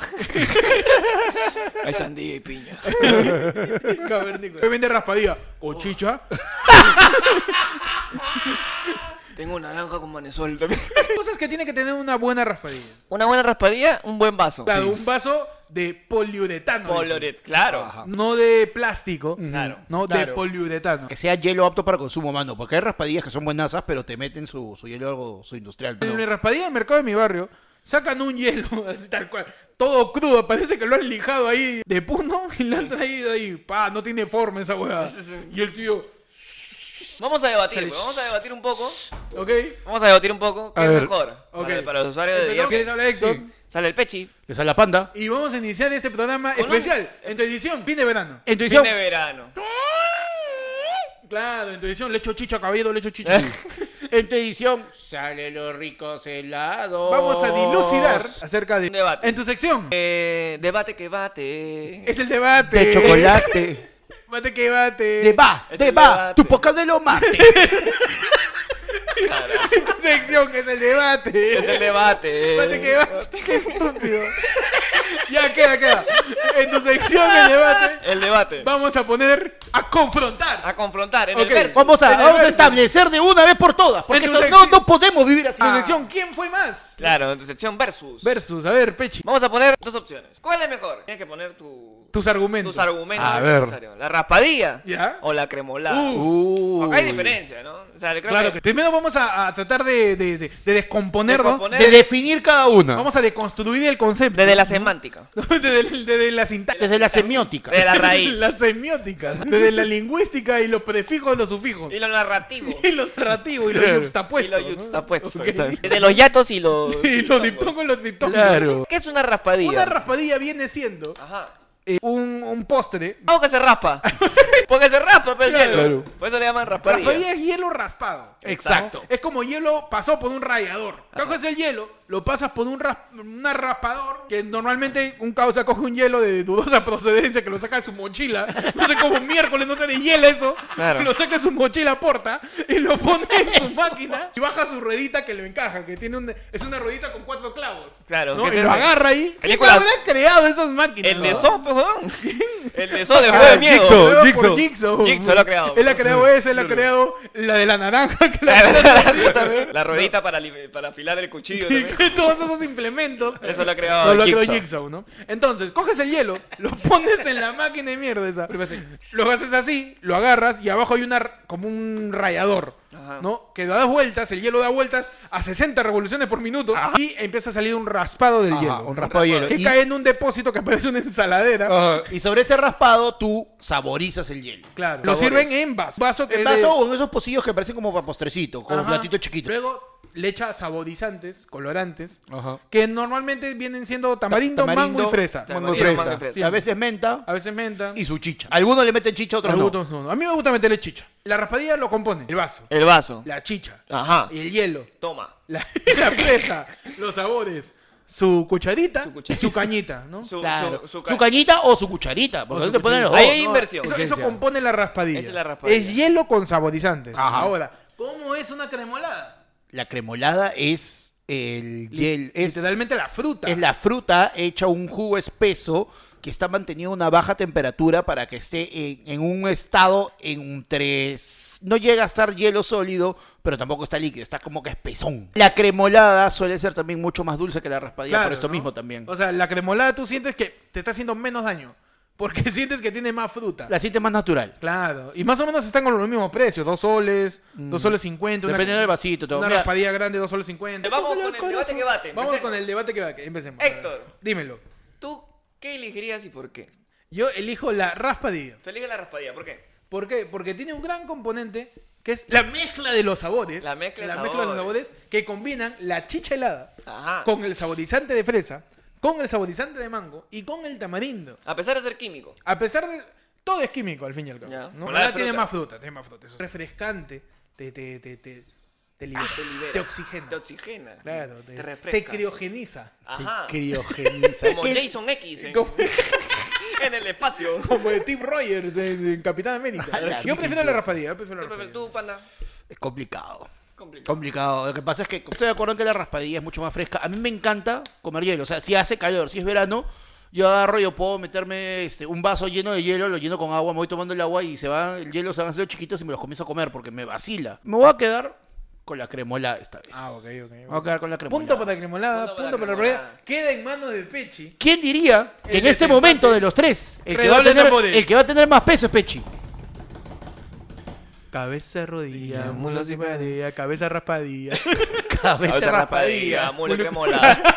Speaker 2: Hay sandía y piña.
Speaker 1: Cavernícola. Oh. Me vende raspadilla. Con chicha.
Speaker 2: Tengo un naranja con manesol también.
Speaker 1: Cosas que tiene que tener una buena raspadilla.
Speaker 2: Una buena raspadilla, un buen vaso.
Speaker 1: Claro, un vaso de poliuretano. dice.
Speaker 2: Coloret, claro.
Speaker 3: Ajá.
Speaker 1: No de plástico,
Speaker 2: Claro.
Speaker 1: no de
Speaker 3: Claro.
Speaker 1: poliuretano.
Speaker 3: Que sea hielo apto para consumo humano. Porque hay raspadillas que son buenasas, pero te meten su, su hielo algo, su industrial.
Speaker 1: En
Speaker 3: ¿no?
Speaker 1: mi raspadilla del mercado de mi barrio, sacan un hielo, así tal cual, todo crudo, parece que lo han lijado ahí de puno y lo han traído ahí. Pa, no tiene forma esa hueá. Y el tío,
Speaker 2: Vamos a debatir,
Speaker 1: Sale.
Speaker 2: pues, vamos a debatir un poco.
Speaker 1: ¿ok?
Speaker 2: Vamos a debatir un poco. ¿Qué
Speaker 3: A
Speaker 2: es
Speaker 3: ver.
Speaker 2: mejor?
Speaker 1: Ok.
Speaker 2: Para- Para los usuarios de
Speaker 1: Empezamos, ¿Quiénes
Speaker 2: Dior.
Speaker 1: habla Héctor?
Speaker 3: Sí.
Speaker 2: Sale el pechi.
Speaker 3: Que sea la panda.
Speaker 1: Y vamos a iniciar este programa
Speaker 2: Con un- Eh.
Speaker 1: especial, en tu edición, fin de verano.
Speaker 3: En tu
Speaker 2: Fin
Speaker 3: edición.
Speaker 2: de verano.
Speaker 1: Claro, en tu edición, le echo chicha cabello, le echo
Speaker 2: Eh.
Speaker 1: chicha.
Speaker 3: En tu edición. Sale los ricos helados.
Speaker 1: vamos a dilucidar acerca de...
Speaker 2: Oh. Un debate.
Speaker 1: En tu sección,
Speaker 2: Eh, debate que bate.
Speaker 1: es el debate.
Speaker 3: De chocolate.
Speaker 1: Bate que bate.
Speaker 3: Eh, De va,
Speaker 2: Es
Speaker 3: de
Speaker 2: el
Speaker 3: va.
Speaker 2: debate.
Speaker 3: Tu poca de lo mate.
Speaker 1: sección que es el debate.
Speaker 2: Es el debate.
Speaker 1: Bate que bate. Qué estúpido. ya queda, queda. En tu sección el debate.
Speaker 2: El debate.
Speaker 1: Vamos a poner a confrontar.
Speaker 2: A confrontar en
Speaker 1: Ok,
Speaker 2: el verso.
Speaker 3: Vamos
Speaker 1: En
Speaker 3: a,
Speaker 1: el
Speaker 3: vamos a
Speaker 1: verso.
Speaker 3: establecer de una vez por todas, porque
Speaker 1: En tu
Speaker 3: esto- no,
Speaker 1: sección.
Speaker 3: no podemos vivir así.
Speaker 1: Tu
Speaker 2: Ah.
Speaker 1: sección, ¿quién fue más?
Speaker 2: Claro, en tu sección versus.
Speaker 1: Versus, a ver, Pechi,
Speaker 2: Vamos a poner dos opciones. ¿Cuál es mejor? Tienes que poner tu,
Speaker 1: tus argumentos.
Speaker 2: tus argumentos.
Speaker 3: A
Speaker 2: del
Speaker 3: ver.
Speaker 2: adversario. ¿La raspadilla?
Speaker 1: Ya.
Speaker 2: ¿O la cremolada?
Speaker 1: Uh.
Speaker 3: Uy.
Speaker 2: Acá hay diferencia, ¿no? O sea, creo
Speaker 1: Claro que primero vamos a, a tratar de, de, de- de descomponer, ¿no?
Speaker 2: Descomponer.
Speaker 3: De definir cada una.
Speaker 1: Vamos a deconstruir el concepto.
Speaker 2: Desde la semántica.
Speaker 1: Desde, el- desde la sintaxis.
Speaker 3: Desde la semiótica.
Speaker 2: Desde la raíz.
Speaker 1: La semiótica. Desde la lingüística y los prefijos y los sufijos.
Speaker 2: Y lo narrativo.
Speaker 1: Y los narrativos y los
Speaker 3: Claro.
Speaker 2: y
Speaker 1: yuxtapuestos.
Speaker 2: lo
Speaker 1: ¿no?
Speaker 2: yuxtapuesto.
Speaker 1: Ok.
Speaker 2: Desde los yatos y los.
Speaker 1: Y los diptongos y los diptongos.
Speaker 3: Claro.
Speaker 2: ¿Qué es una raspadilla?
Speaker 1: Una raspadilla viene siendo
Speaker 2: Ajá.
Speaker 1: eh, un, un postre.
Speaker 2: Algo que se raspa. Porque se raspa, pero el
Speaker 1: Claro.
Speaker 2: hielo.
Speaker 3: Claro.
Speaker 2: Por eso le llaman raspadilla.
Speaker 1: Raspadilla es hielo raspado.
Speaker 3: Exacto.
Speaker 1: ¿no? Es como hielo pasó por un rallador. Coges el hielo, lo pasas por un, ras- un raspador, que normalmente un causa coge un hielo de dudosa procedencia que lo saca de su mochila. No sé cómo miércoles no se le hiela eso.
Speaker 2: Claro.
Speaker 1: Lo saca de su mochila porta y lo pone en su máquina y baja su ruedita que lo encaja, que tiene un, es una ruedita con cuatro clavos.
Speaker 2: Claro,
Speaker 1: ¿no?
Speaker 2: que
Speaker 1: Y
Speaker 2: se-
Speaker 1: lo agarra ahí. ¿Quién
Speaker 2: Película-
Speaker 1: habrá creado esas máquinas?
Speaker 2: El
Speaker 1: no?
Speaker 2: de So, pues, weón. El de So, del juego de miedo.
Speaker 3: Ah, Jigsaw.
Speaker 1: Creado por
Speaker 3: Jigsaw.
Speaker 1: Jigsaw.
Speaker 2: Jigsaw lo ha creado.
Speaker 1: Él ha creado esa, él ha creado la de la naranja. Que la...
Speaker 2: La ruedita para, li- para afilar el cuchillo.
Speaker 1: y
Speaker 2: también.
Speaker 1: que todos esos implementos.
Speaker 2: Eso lo ha
Speaker 1: No,
Speaker 2: creado
Speaker 1: lo ha creado
Speaker 2: Jigsaw.
Speaker 1: Jigsaw, ¿no? Entonces, coges el hielo, lo pones en la máquina de mierda esa. Lo haces así, lo agarras y abajo hay una r- como un rayador,
Speaker 2: Ajá.
Speaker 1: ¿no? Que da vueltas, el hielo da vueltas a 60 revoluciones por minuto y empieza a salir un raspado del
Speaker 3: Ajá,
Speaker 1: hielo.
Speaker 3: un raspado de hielo.
Speaker 1: Que
Speaker 3: Y-
Speaker 1: cae en un depósito que parece una ensaladera.
Speaker 3: Ajá. Y sobre ese raspado tú saborizas el hielo.
Speaker 1: Claro. Lo
Speaker 2: Sabores.
Speaker 1: sirven en vaso. Vaso que
Speaker 3: En
Speaker 1: es de-
Speaker 3: vaso o en esos pocillos que parecen como para postrecito, con un
Speaker 1: Ajá.
Speaker 3: platito chiquito.
Speaker 1: Luego le echa saborizantes, colorantes,
Speaker 3: Ajá.
Speaker 1: que normalmente vienen siendo tamarindo,
Speaker 3: Tamarindo,
Speaker 1: mango y fresa.
Speaker 3: Mango y
Speaker 2: Tamarindo,
Speaker 3: fresa.
Speaker 2: mango y fresa.
Speaker 3: Sí, a veces menta
Speaker 1: A veces menta.
Speaker 3: y su chicha. Algunos le meten chicha, otros no.
Speaker 1: Algunos no, no. A mí me gusta meterle chicha. La raspadilla lo compone. El vaso,
Speaker 2: El vaso.
Speaker 1: la chicha,
Speaker 2: Ajá.
Speaker 1: el hielo,
Speaker 2: Toma.
Speaker 1: la, la fresa, los sabores, su cucharita,
Speaker 2: Su cucharita.
Speaker 1: y su cañita, ¿no?
Speaker 2: Su,
Speaker 3: Claro.
Speaker 2: su-
Speaker 3: Su,
Speaker 2: su ca-
Speaker 3: cañita o su cucharita,
Speaker 1: O
Speaker 3: porque
Speaker 1: su
Speaker 3: no te ponen los
Speaker 1: cuchillo.
Speaker 3: dos.
Speaker 2: Ahí hay inversión.
Speaker 1: Eso, eso
Speaker 3: Urgencia.
Speaker 1: compone la raspadilla.
Speaker 2: Esa es la raspadilla.
Speaker 1: Es hielo con saborizantes.
Speaker 3: Ajá.
Speaker 1: Ahora, ¿cómo es una cremolada?
Speaker 3: La cremolada es el hiel, es,
Speaker 1: Literalmente la fruta.
Speaker 3: es la fruta hecha un jugo espeso que está mantenido a una baja temperatura para que esté en, en un estado entre... s- No llega a estar hielo sólido, pero tampoco está líquido, está como que espesón. La cremolada suele ser también mucho más dulce que la raspadilla, por
Speaker 1: Claro,
Speaker 3: esto
Speaker 1: ¿no?
Speaker 3: mismo también.
Speaker 1: O sea, la cremolada tú sientes que te está haciendo menos daño. Porque sientes que tiene más fruta.
Speaker 3: La siente más natural.
Speaker 1: Claro. Y más o menos están con los mismos precios. Dos soles, dos soles cincuenta. una-
Speaker 3: Mm. Dependiendo del vasito, todo.
Speaker 1: Una
Speaker 3: Mira,
Speaker 1: raspadilla grande, dos soles cincuenta.
Speaker 2: Vamos con el
Speaker 1: Tócalo,
Speaker 2: debate
Speaker 1: corazón.
Speaker 2: que bate,
Speaker 1: Vamos
Speaker 2: empecemos.
Speaker 1: con el debate que bate. Empecemos.
Speaker 2: Héctor.
Speaker 1: Dímelo.
Speaker 2: ¿Tú qué elegirías y por qué?
Speaker 1: Yo elijo la raspadilla.
Speaker 2: Tú eliges la raspadilla, ¿por qué?
Speaker 1: ¿Por qué? Porque tiene un gran componente que es la mezcla de los sabores.
Speaker 2: La mezcla de
Speaker 1: los
Speaker 2: sabores. Ah.
Speaker 1: sabores que combinan la chicha helada
Speaker 2: Ajá.
Speaker 1: con el saborizante de fresa, con el saborizante de mango y con el tamarindo.
Speaker 2: A pesar de ser químico.
Speaker 1: A pesar de. Todo es químico al fin y al cabo.
Speaker 2: Ya.
Speaker 1: ¿no?
Speaker 2: Con la
Speaker 1: Ahora
Speaker 2: fruta.
Speaker 1: tiene más fruta, tiene más fruta. eso es refrescante. Te, te, te, te, te libera.
Speaker 2: Ah, Te libera.
Speaker 1: Ah, Te oxigena.
Speaker 2: Te oxigena.
Speaker 1: claro, te,
Speaker 2: Te refresca.
Speaker 1: te criogeniza.
Speaker 2: Ajá.
Speaker 3: criogeniza.
Speaker 2: Como Jason X en,
Speaker 1: Como,
Speaker 2: en el espacio.
Speaker 1: como de Tim Rogers en, en Capitán América.
Speaker 3: la
Speaker 1: yo prefiero la raspadilla. Yo prefiero la raspadilla.
Speaker 2: Tú, panda.
Speaker 3: Es complicado.
Speaker 2: Complicado.
Speaker 3: Complicado. Lo que pasa es que estoy de acuerdo en que la raspadilla es mucho más fresca. A mí me encanta comer hielo. O sea, si hace calor, si es verano, yo agarro, yo puedo meterme este, un vaso lleno de hielo, lo lleno con agua, me voy tomando el agua y se va, el hielo se van haciendo chiquitos y me los comienzo a comer porque me vacila. Me voy a quedar con la cremola esta vez.
Speaker 1: Ah, ok, ok.
Speaker 3: Me
Speaker 1: ok.
Speaker 3: voy a quedar con la cremola.
Speaker 1: Punto para la cremolada,
Speaker 2: Punto para
Speaker 1: punto
Speaker 2: la
Speaker 1: para la
Speaker 2: cremolada.
Speaker 1: raspadilla. Queda en manos de Pechi.
Speaker 3: ¿Quién diría que
Speaker 1: El
Speaker 3: en este
Speaker 1: desempate.
Speaker 3: momento de los tres, el que, va a
Speaker 1: Redoble de
Speaker 3: tener,
Speaker 1: tambores.
Speaker 3: el que va a tener más peso es Pechi?
Speaker 1: Cabeza, rodilla, mulos y padilla, cabeza raspadilla.
Speaker 3: Cabeza
Speaker 2: Cabeza raspadilla,
Speaker 3: raspadilla.
Speaker 2: mulo y cremola.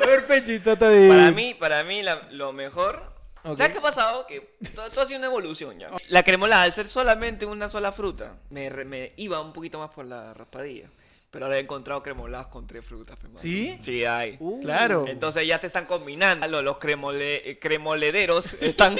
Speaker 1: A ver, Pechi, trata de.
Speaker 2: Para mí, para mí la- lo mejor.
Speaker 1: Ok.
Speaker 2: ¿Sabes qué ha pasado? Que todo, todo ha sido una evolución ya. La cremolada, al ser solamente una sola fruta, me, re- me iba un poquito más por la raspadilla. Pero ahora he encontrado cremoladas con tres frutas. pe, mano.
Speaker 1: ¿Sí?
Speaker 2: Sí, hay.
Speaker 1: Uh,
Speaker 3: Claro.
Speaker 2: Entonces ya te están combinando. Los, los cremole- eh, cremolederos están.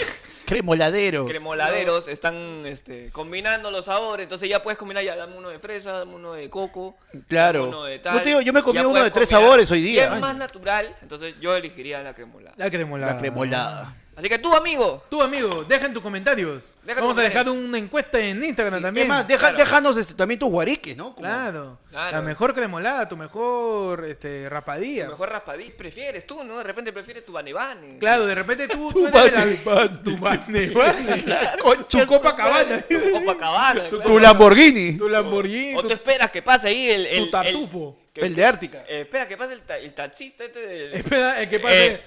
Speaker 3: Cremoladeros.
Speaker 2: cremoladeros están este, combinando los sabores. Entonces ya puedes combinar, ya dame uno de fresa, dame uno de coco.
Speaker 3: Claro.
Speaker 2: dame Uno de tal.
Speaker 3: No te digo, yo me comí
Speaker 2: Ya
Speaker 3: uno
Speaker 2: puedes
Speaker 3: de tres
Speaker 2: combinar.
Speaker 3: sabores hoy día.
Speaker 2: Y es
Speaker 3: Ay.
Speaker 2: más natural, entonces yo elegiría la cremolada.
Speaker 1: La cremolada.
Speaker 3: La cremolada.
Speaker 2: Así que tú, amigo,
Speaker 1: Tú, amigo, deja en tus comentarios.
Speaker 2: Deja
Speaker 1: Vamos
Speaker 2: tus
Speaker 1: a dejar
Speaker 2: comentarios.
Speaker 1: una encuesta en Instagram
Speaker 3: Sí,
Speaker 1: también.
Speaker 3: Es más, deja-
Speaker 2: Claro.
Speaker 3: déjanos este, también tus guariques, ¿no? Como-
Speaker 1: Claro.
Speaker 2: Claro.
Speaker 1: la mejor cremolada, tu mejor este, rapadilla.
Speaker 2: Tu mejor raspadís prefieres tú, ¿no? De repente prefieres tu banebane.
Speaker 1: Claro, de repente tú, tú eres de la... Tu Banebane. Tu Copacabana.
Speaker 2: Tu Copacabana.
Speaker 3: Tu,
Speaker 2: claro.
Speaker 3: tu Lamborghini.
Speaker 1: Tu Lamborghini,
Speaker 2: O tú
Speaker 1: tu,
Speaker 2: esperas que pase ahí el... el
Speaker 1: tu tartufo.
Speaker 2: el- que-
Speaker 3: El de Ártica.
Speaker 2: eh, espera que pase el, ta- el taxista este del...
Speaker 1: Espera, eh, que pase...
Speaker 2: Eh,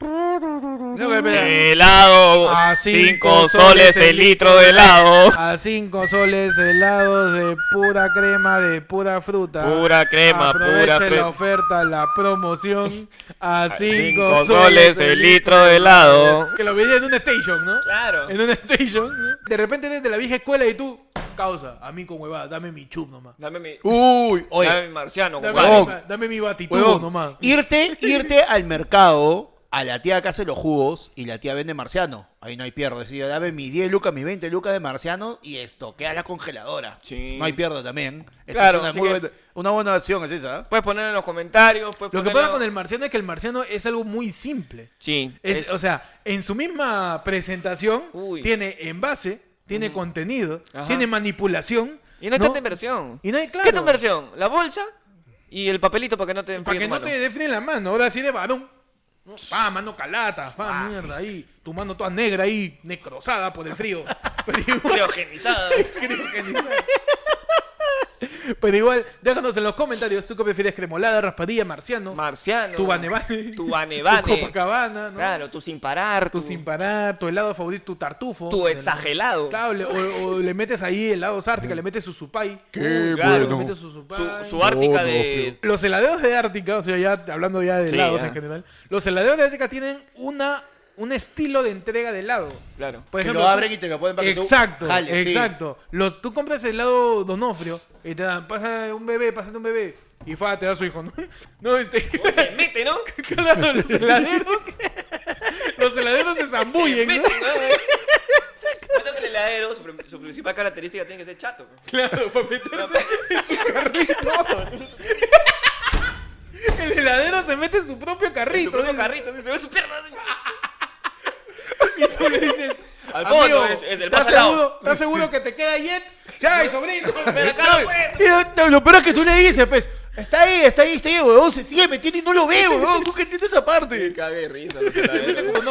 Speaker 3: No, que me-
Speaker 2: Helado,
Speaker 1: A cinco
Speaker 2: cinco
Speaker 1: soles
Speaker 2: soles
Speaker 1: el
Speaker 2: el litro de helado.
Speaker 1: A 5 soles helados de pura crema, de pura fruta.
Speaker 2: Pura crema,
Speaker 1: Aproveche
Speaker 2: pura
Speaker 1: la
Speaker 2: fruta.
Speaker 1: oferta, la promoción. A 5
Speaker 2: cinco soles el litro de helado.
Speaker 1: Que lo veía en un station, ¿no?
Speaker 2: Claro.
Speaker 1: En un station. ¿no? De repente desde la vieja escuela y tú, causa, a mí con huevada, dame mi chup nomás.
Speaker 2: Dame mi,
Speaker 3: Uy,
Speaker 2: dame
Speaker 3: Uh, oye.
Speaker 2: mi marciano,
Speaker 1: Dame,
Speaker 2: compadre.
Speaker 3: huevón.
Speaker 1: dame- dame mi batitudo
Speaker 3: huevón,
Speaker 1: nomás.
Speaker 3: irte, irte al mercado, a la tía que hace los jugos y la tía vende marciano. Ahí no hay pierde. Si dame mi 10 lucas, mi 20 lucas de marciano y estoquea la congeladora.
Speaker 2: Sí.
Speaker 3: No hay pierde también. Esa
Speaker 2: Claro,
Speaker 3: es una,
Speaker 2: así
Speaker 3: muy
Speaker 2: que-
Speaker 3: buena, una buena opción, es esa. ¿eh?
Speaker 2: Puedes poner en los comentarios. puedes
Speaker 1: Lo que
Speaker 2: ponerlo-
Speaker 1: pasa con el marciano es que el marciano es algo muy simple.
Speaker 2: Sí.
Speaker 1: Es,
Speaker 2: es-
Speaker 1: O sea, en su misma presentación
Speaker 2: Uy. Mm.
Speaker 1: tiene envase, tiene contenido,
Speaker 2: Ajá.
Speaker 1: tiene manipulación.
Speaker 2: y no hay tanta inversión.
Speaker 1: Y no hay
Speaker 2: ¿Qué es tu
Speaker 1: claro.
Speaker 2: inversión? La bolsa y el papelito para que no
Speaker 1: Para
Speaker 2: te enfríe
Speaker 1: que
Speaker 2: tu
Speaker 1: no
Speaker 2: mano.
Speaker 1: te definen la mano, ahora sí de varón. No, Pa, mano calata,
Speaker 2: Ah.
Speaker 1: pa, mierda, ahí. Tu mano toda negra ahí, necrosada por el frío. Pero igual,
Speaker 2: Criogenizada.
Speaker 1: pero igual, déjanos en los comentarios, ¿tú qué prefieres? ¿Cremolada, raspadilla, marciano?
Speaker 2: Marciano.
Speaker 1: tu banebane.
Speaker 2: Tu banebane.
Speaker 1: Tu Copacabana, ¿no?
Speaker 2: Claro, tú sin parar.
Speaker 1: Tu sin parar, tu helado favorito, tu tartufo.
Speaker 2: Tu exagelado.
Speaker 1: Claro, le- o, o le metes ahí helado sártica, le metes su supay.
Speaker 3: Qué
Speaker 1: Claro, le
Speaker 3: bueno.
Speaker 1: metes su
Speaker 2: Su,
Speaker 1: supay.
Speaker 2: su ártica
Speaker 3: No, no,
Speaker 2: de.
Speaker 1: Los heladeros de Ártica, o sea, ya hablando ya de
Speaker 2: Sí,
Speaker 1: helados
Speaker 2: ya.
Speaker 1: en general, los heladeros de Ártica tienen una, un estilo de entrega de helado.
Speaker 2: Claro.
Speaker 1: Por
Speaker 3: Que
Speaker 1: ejemplo,
Speaker 3: lo abren y te lo ponen para que tú
Speaker 1: exacto,
Speaker 3: jales, sí.
Speaker 1: exacto. Los, tú compras el helado Donofrio y te dan, pasa un bebé, pásate un bebé. Y fa, te da su hijo, ¿no? No, este.
Speaker 2: Se mete, ¿no?
Speaker 1: claro, los heladeros. los heladeros se
Speaker 2: Se
Speaker 1: zambullen,
Speaker 2: mete,
Speaker 1: ¿no?
Speaker 2: ¿no? Pasa que el heladero, su, prim- su principal característica tiene que ser chato.
Speaker 1: Claro, para meterse en su carrito. El heladero se mete en su propio carrito.
Speaker 2: Carrito, su propio
Speaker 1: dice.
Speaker 2: carrito, se ve su pierna. así.
Speaker 1: Y tú le dices,
Speaker 2: Al
Speaker 1: amigo,
Speaker 2: fondo, es- es el
Speaker 1: ¿estás
Speaker 2: más al lado".
Speaker 1: seguro, ¿estás seguro que te queda Jet? ¡Ya, sobrino!
Speaker 2: Pero acá no puede.
Speaker 3: Y lo- lo- lo peor es que tú le dices, pues, está ahí, está ahí, está ahí, huevón, se sigue metiendo y no lo veo, huevón, nunca entiendo esa parte.
Speaker 2: Cague de risa. los heladeros.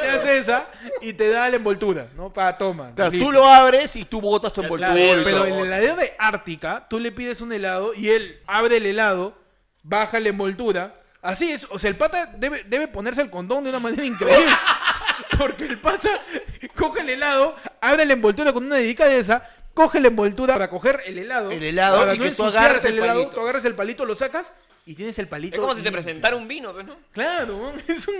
Speaker 1: Te hace esa y te da la envoltura, ¿no? Para toma.
Speaker 3: O sea, tú
Speaker 1: Listo.
Speaker 3: lo abres y tú botas tu envoltura.
Speaker 2: claro,
Speaker 3: y
Speaker 1: Pero
Speaker 3: todo.
Speaker 1: en el heladero de Ártica, tú le pides un helado y él abre el helado, baja la envoltura. Así es, o sea, el pata debe, debe ponerse el condón de una manera increíble. Porque el pata coge el helado, abre la envoltura con una dedicadeza, coge la envoltura para coger el helado.
Speaker 3: El helado
Speaker 1: para
Speaker 3: y
Speaker 1: no
Speaker 3: que tú
Speaker 1: ensuciar
Speaker 3: agarres el
Speaker 1: helado,
Speaker 3: palito.
Speaker 1: tú agarras el palito, lo sacas y tienes el palito.
Speaker 2: Es como si te
Speaker 1: limpio.
Speaker 2: presentara un vino, pues, ¿no?
Speaker 1: Claro, es un...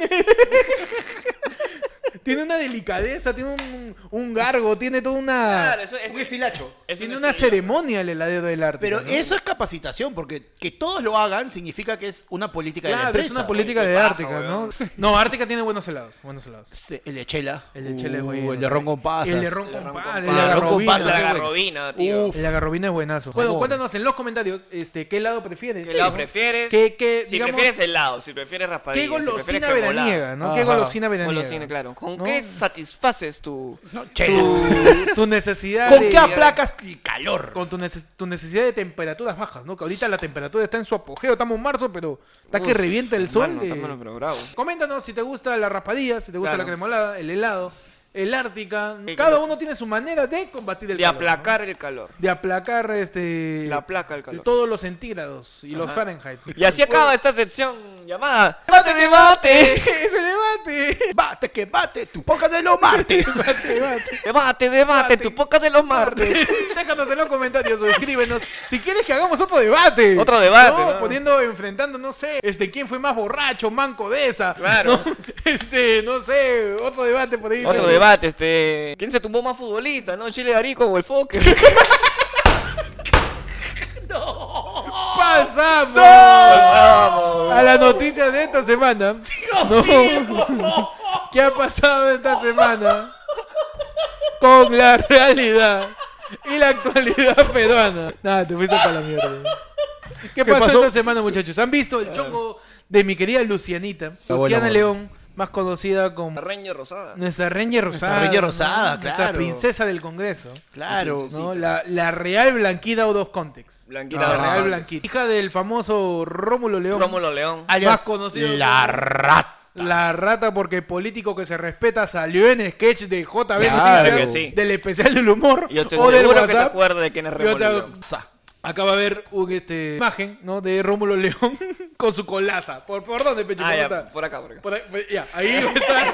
Speaker 1: tiene una delicadeza, tiene un, un gargo, tiene toda una...
Speaker 2: Claro, eso es.
Speaker 3: Un estilacho.
Speaker 2: es
Speaker 1: Tiene
Speaker 2: un
Speaker 1: una
Speaker 2: estilo.
Speaker 1: ceremonia el heladero del arte.
Speaker 3: Pero
Speaker 1: ¿no?
Speaker 3: eso es capacitación, porque que todos lo hagan significa que es una política de la
Speaker 1: Claro,
Speaker 3: empresa.
Speaker 1: es una política
Speaker 2: Qué
Speaker 1: de
Speaker 2: paja,
Speaker 1: Ártica, ¿no?
Speaker 2: weón.
Speaker 1: No, Ártica tiene buenos helados, buenos helados.
Speaker 3: Este, El de chela.
Speaker 1: El de chela es
Speaker 3: Uh,
Speaker 1: bueno.
Speaker 3: El de ron con pasas.
Speaker 1: El de ron
Speaker 2: El
Speaker 1: con
Speaker 2: ron con
Speaker 1: pasas, el
Speaker 2: pasas.
Speaker 1: de
Speaker 2: Ah, ron
Speaker 3: con
Speaker 1: agarrobina.
Speaker 3: pasas,
Speaker 2: La
Speaker 3: ese güey.
Speaker 2: garrobina, tío.
Speaker 3: Uf.
Speaker 1: El agarrobina es buenazo. Bueno,
Speaker 3: favor.
Speaker 1: cuéntanos en los comentarios, este, ¿qué helado prefieres?
Speaker 2: ¿Qué lado
Speaker 1: ¿No?
Speaker 2: prefieres?
Speaker 1: ¿Qué, qué,
Speaker 2: si
Speaker 1: digamos,
Speaker 2: prefieres helado, si prefieres raspadilla,
Speaker 1: qué
Speaker 2: si prefieres
Speaker 1: golosina
Speaker 2: cremolada.
Speaker 1: veraniega, no? ¿Qué
Speaker 3: Ajá.
Speaker 1: golosina veraniega?
Speaker 2: Golosina, claro. ¿Con
Speaker 1: ¿No?
Speaker 2: qué satisfaces tu...?
Speaker 3: No, chela.
Speaker 1: Tu, tu necesidad
Speaker 3: ¿Con
Speaker 1: de-
Speaker 3: qué aplacas el calor?
Speaker 1: Con tu, neces- tu necesidad de temperaturas bajas, ¿no? Que ahorita la temperatura está en su apogeo, estamos en marzo, pero está que
Speaker 2: Uf,
Speaker 1: revienta el sol.
Speaker 2: mano,
Speaker 1: de-
Speaker 2: está malo, pero bravo.
Speaker 1: Coméntanos si te gusta la raspadilla, si te gusta
Speaker 2: Claro.
Speaker 1: la cremolada, el helado, el ártica.
Speaker 2: Sí,
Speaker 1: Cada
Speaker 2: claro.
Speaker 1: uno tiene su manera de combatir el
Speaker 2: De
Speaker 1: calor,
Speaker 2: aplacar el calor.
Speaker 1: ¿no? De aplacar este.
Speaker 2: La placa del calor.
Speaker 1: Todos los centígrados y los
Speaker 2: Ajá.
Speaker 1: Fahrenheit.
Speaker 2: Y así acaba esta sección llamada... ¡Mate de mate!
Speaker 1: ¡Es el debate!
Speaker 3: Bate que bate, tu poca de los martes.
Speaker 2: ¡Debate, debate! ¡Tu poca de los martes!
Speaker 1: Déjanos en los comentarios o escríbenos si quieres que hagamos otro debate.
Speaker 2: Otro debate,
Speaker 1: No,
Speaker 2: ¿no?
Speaker 1: poniendo, enfrentando, no sé, este, quién fue más borracho, manco de esa.
Speaker 2: Claro.
Speaker 1: ¿no? Este, no sé, otro debate por ahí.
Speaker 2: Otro
Speaker 1: Pero-
Speaker 2: debate, este... ¿Quién se tumbó más futbolista, no? ¿Chile Arico o el Fokker?
Speaker 1: ¡Pasamos! A las noticias de esta semana. No. ¿Qué ha pasado esta semana? Con la realidad y la actualidad peruana. Nada, te fuiste para la mierda. ¿Qué, pasó,
Speaker 3: pasó?
Speaker 1: esta semana, muchachos? ¿Han visto el chongo de mi querida Lucianita?
Speaker 3: bueno,
Speaker 1: Luciana
Speaker 3: amor.
Speaker 1: León. más conocida como
Speaker 2: Reño Rosada.
Speaker 1: nuestra Reña Rosada.
Speaker 3: Reña
Speaker 1: ¿no?
Speaker 3: Rosada,
Speaker 1: Nuestra
Speaker 3: claro.
Speaker 1: princesa del Congreso.
Speaker 3: Claro.
Speaker 1: ¿no? La, la Real Blanquita o dos Context.
Speaker 2: Blanquita
Speaker 1: La
Speaker 3: Ah,
Speaker 2: de
Speaker 1: Real
Speaker 2: Real
Speaker 1: Blanquita. Hija del famoso Rómulo León.
Speaker 2: Rómulo León.
Speaker 3: Alias,
Speaker 1: más conocido
Speaker 3: La
Speaker 1: como-
Speaker 3: rata.
Speaker 1: La rata porque político que se respeta salió en sketch de JB
Speaker 3: Claro
Speaker 1: Noticias,
Speaker 2: que sí.
Speaker 1: del especial del humor
Speaker 2: Yo estoy
Speaker 1: o del
Speaker 2: seguro que te
Speaker 1: WhatsApp.
Speaker 2: acuerdas de quién es
Speaker 1: Yo
Speaker 2: Rómulo
Speaker 1: te-
Speaker 2: León.
Speaker 1: Sa. Acaba de ver una imagen ¿no? de Rómulo León con su colaza. ¿Por, por dónde, Pecho?
Speaker 2: Ah,
Speaker 1: ¿Por
Speaker 2: ya,
Speaker 1: dónde está?
Speaker 2: por acá, por acá.
Speaker 1: Por ahí, pues, ya, ahí está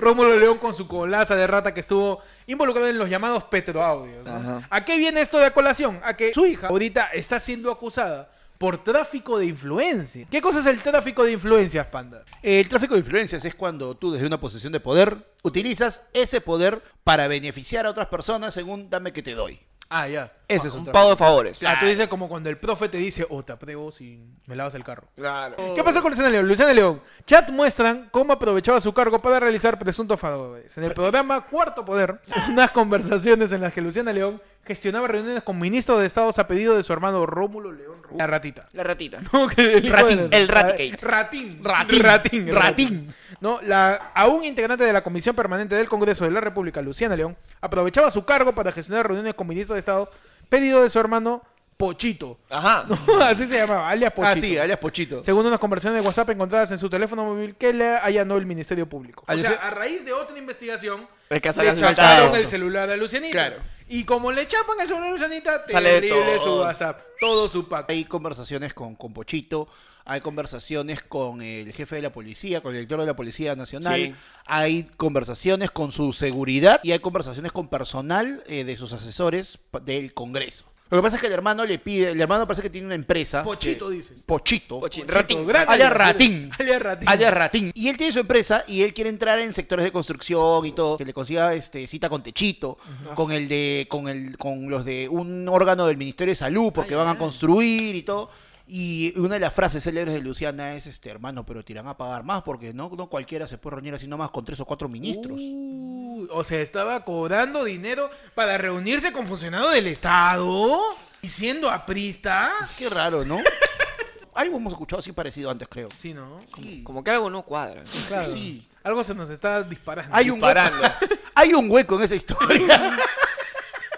Speaker 1: Rómulo León con su colaza de rata que estuvo involucrado en los llamados petroaudios. ¿no?
Speaker 2: Ajá.
Speaker 1: ¿A qué viene esto de a colación? A que su hija ahorita está siendo acusada por tráfico de influencia. ¿Qué cosa es el tráfico de influencias, Panda?
Speaker 3: El tráfico de influencias es cuando tú desde una posición de poder utilizas ese poder para beneficiar a otras personas en un dame que te doy.
Speaker 1: Ah, ya.
Speaker 3: Ese es
Speaker 2: Un
Speaker 3: un
Speaker 2: pago de
Speaker 3: tráfico.
Speaker 2: favores.
Speaker 1: Ah, tú dices como cuando el profe te dice, oh, te apruebo si me lavas el carro.
Speaker 2: Claro.
Speaker 1: ¿Qué pasó con Luciana León? Luciana León, chat muestran cómo aprovechaba su cargo para realizar presuntos favores. En el programa Cuarto Poder, unas conversaciones en las que Luciana León gestionaba reuniones con ministros de estados a pedido de su hermano Rómulo León. Ru- La ratita.
Speaker 2: La ratita.
Speaker 1: No, que el hijo
Speaker 3: Ratín.
Speaker 1: de la-
Speaker 2: El Raticate.
Speaker 1: Ratín.
Speaker 3: Ratín.
Speaker 1: Ratín.
Speaker 3: Ratín.
Speaker 1: No, la, a un integrante de la Comisión Permanente del Congreso de la República, Luciana León, aprovechaba su cargo para gestionar reuniones con ministros de Estado, pedido de su hermano Pochito.
Speaker 2: Ajá.
Speaker 1: Así se llamaba, alias Pochito.
Speaker 3: Ah, sí, alias Pochito.
Speaker 1: Según unas conversaciones de WhatsApp encontradas en su teléfono móvil que le allanó el Ministerio Público.
Speaker 3: Al-
Speaker 1: a raíz de otra investigación,
Speaker 2: El que sale
Speaker 1: le
Speaker 2: asaltado.
Speaker 1: chaparon el celular a Lucianita.
Speaker 3: Claro.
Speaker 1: Y como le chapan el celular a Lucianita,
Speaker 2: Sale
Speaker 1: terrible
Speaker 2: todo.
Speaker 1: su WhatsApp, todo su pack.
Speaker 3: Hay conversaciones con, con Pochito, hay conversaciones con el jefe de la policía, con el director de la Policía Nacional,
Speaker 2: Sí.
Speaker 3: hay conversaciones con su seguridad y hay conversaciones con personal eh, de sus asesores pa- del Congreso. Lo que pasa es que el hermano le pide, el hermano parece que tiene una empresa.
Speaker 1: Pochito,
Speaker 3: que-
Speaker 1: dices.
Speaker 3: Pochito.
Speaker 2: Pochi-
Speaker 1: Pochito,
Speaker 2: Ratín.
Speaker 1: gran
Speaker 3: Alias
Speaker 1: alias.
Speaker 3: Ratín.
Speaker 1: Alias Ratín.
Speaker 3: Alias Ratín. Y él tiene su empresa y él quiere entrar en sectores de construcción y todo. Que le consiga este, cita con Techito, con el de, con el, con los de un órgano del Ministerio de Salud, porque van a construir y todo. Y una de las frases célebres de Luciana es este, hermano, pero te irán a pagar más, porque no, no cualquiera se puede reunir así nomás con tres o cuatro ministros.
Speaker 1: Uh. Uy, o sea, estaba cobrando dinero para reunirse con funcionarios del Estado y siendo aprista.
Speaker 3: Qué raro, ¿no? Algo hemos escuchado así parecido antes, creo.
Speaker 1: Sí, ¿no?
Speaker 3: Sí.
Speaker 2: Como que algo no cuadra.
Speaker 1: Claro.
Speaker 3: Sí.
Speaker 1: Algo se nos está disparando.
Speaker 3: Hay un
Speaker 2: Disparando.
Speaker 3: hueco. Hay un hueco en esa historia.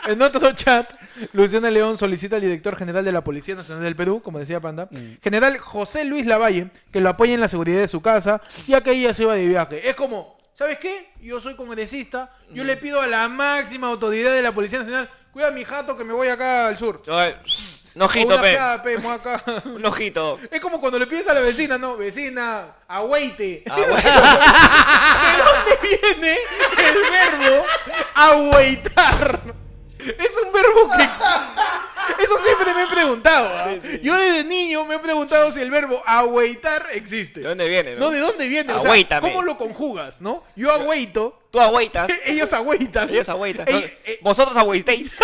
Speaker 1: En otro chat, Luciana León solicita al director general de la Policía Nacional del Perú, como decía Panda,
Speaker 2: Mm.
Speaker 1: general José Luis Lavalle, que lo apoye en la seguridad de su casa, ya que ella se iba de viaje. Es como, ¿sabes qué? Yo soy congresista, yo
Speaker 2: Mm.
Speaker 1: le pido a la máxima autoridad de la Policía Nacional, cuida a mi jato que me voy acá al sur.
Speaker 2: Yo, eh, Un
Speaker 1: O
Speaker 2: ojito,
Speaker 1: una
Speaker 2: pe.
Speaker 1: acá, pe, mo acá.
Speaker 2: Un ojito.
Speaker 1: Es como cuando le pides a la vecina, no, vecina, aguaite. ¿De dónde viene el verbo agüeitar? Es un verbo que existe. Eso siempre me he preguntado. ¿ah? Yo desde niño me he preguntado si el verbo agüeitar existe.
Speaker 2: ¿De dónde viene?
Speaker 1: No,
Speaker 2: No,
Speaker 1: ¿de dónde viene? O sea,
Speaker 2: Agüítame.
Speaker 1: ¿Cómo lo conjugas, no? Yo agüeito,
Speaker 2: Tú agüitas.
Speaker 1: ellos agüeitan.
Speaker 2: Ellos agüitas.
Speaker 1: Ey,
Speaker 2: No,
Speaker 1: eh,
Speaker 2: Vosotros agüitéis.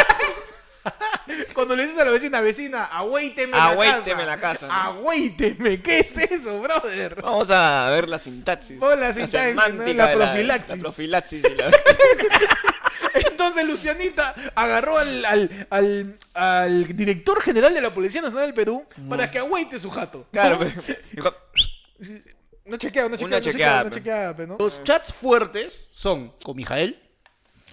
Speaker 1: cuando le dices a la vecina, vecina, agüíteme la casa.
Speaker 2: Agüíteme la casa, ¿no?
Speaker 1: Agüíteme, ¿qué es eso, brother?
Speaker 2: Vamos a ver la sintaxis.
Speaker 1: Oh, la sintaxis, ¿no?
Speaker 2: semántica
Speaker 1: La
Speaker 2: de
Speaker 1: profilaxis.
Speaker 2: La profilaxis. y la-
Speaker 1: Entonces Lucianita agarró al, al, al, al director general de la Policía Nacional del Perú para que agüite su jato.
Speaker 2: Claro, pe. Dijo,
Speaker 1: No chequea, no chequea,
Speaker 2: Una
Speaker 1: no chequea,
Speaker 2: chequeada,
Speaker 1: no
Speaker 2: pe.
Speaker 1: chequea, pe, ¿no?
Speaker 3: Los chats fuertes son con Mijael,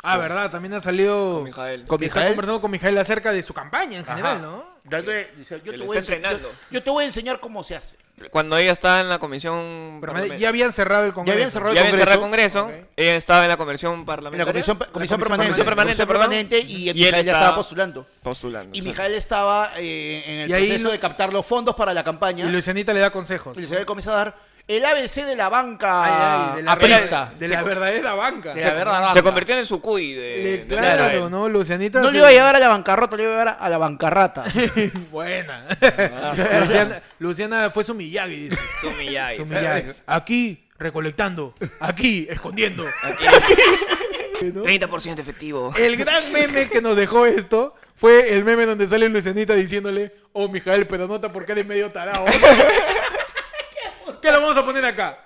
Speaker 1: Ah, verdad, también ha salido...
Speaker 2: Mijael.
Speaker 3: con
Speaker 1: Está
Speaker 3: Mijael,
Speaker 1: conversando con Mijael acerca de su campaña en general,
Speaker 3: Ajá.
Speaker 1: ¿no?
Speaker 3: Dándole- dice, yo,
Speaker 2: Que
Speaker 3: te
Speaker 2: le
Speaker 3: voy a
Speaker 2: está
Speaker 3: ense- yo,
Speaker 2: entrenando.
Speaker 3: yo te voy a enseñar cómo se hace.
Speaker 2: Cuando ella estaba en la comisión.
Speaker 1: Pero
Speaker 2: parlamentaria-
Speaker 1: ya habían cerrado el Congreso.
Speaker 3: habían cerrado
Speaker 2: Ya había cerrado el
Speaker 1: Congreso.
Speaker 2: Congreso. Ella estaba en la comisión parlamentaria.
Speaker 3: En la comisión, pa-
Speaker 1: comisión
Speaker 3: comisión permanente.
Speaker 1: permanente,
Speaker 2: comisión permanente,
Speaker 3: permanente, y,
Speaker 2: y él
Speaker 3: Mijael ya
Speaker 2: estaba-
Speaker 3: estaba postulando.
Speaker 2: Postulando.
Speaker 3: Y
Speaker 2: o sea.
Speaker 3: Mijael estaba eh, en el
Speaker 1: Y ahí
Speaker 3: proceso
Speaker 1: lo-
Speaker 3: de captar los fondos para la
Speaker 1: Y
Speaker 3: campaña. Y
Speaker 1: Lucianita le da consejos.
Speaker 3: Luciana comenzó a dar el ABC de la banca
Speaker 1: Ay, ay, de la,
Speaker 3: aprista.
Speaker 1: ah, de la verdadera banca.
Speaker 3: De la verdadera banca.
Speaker 2: Se convirtió en el sucuy de.
Speaker 1: Le-
Speaker 2: de
Speaker 1: claro,
Speaker 2: Mijael.
Speaker 1: ¿no? Lucianita...
Speaker 3: No
Speaker 1: se-
Speaker 3: le iba a llevar a la bancarrota, le iba a llevar a la bancarrata.
Speaker 1: Buena. Luciana, Luciana fue su Miyagi, dice.
Speaker 2: Su Miyagi.
Speaker 1: Son millares. Aquí recolectando, aquí escondiendo.
Speaker 2: Aquí, 30% efectivo.
Speaker 1: El gran meme que nos dejó esto fue el meme donde sale Lucianita diciéndole, oh Mijael, pero nota porque eres medio tarado. ¿Qué lo vamos a poner acá?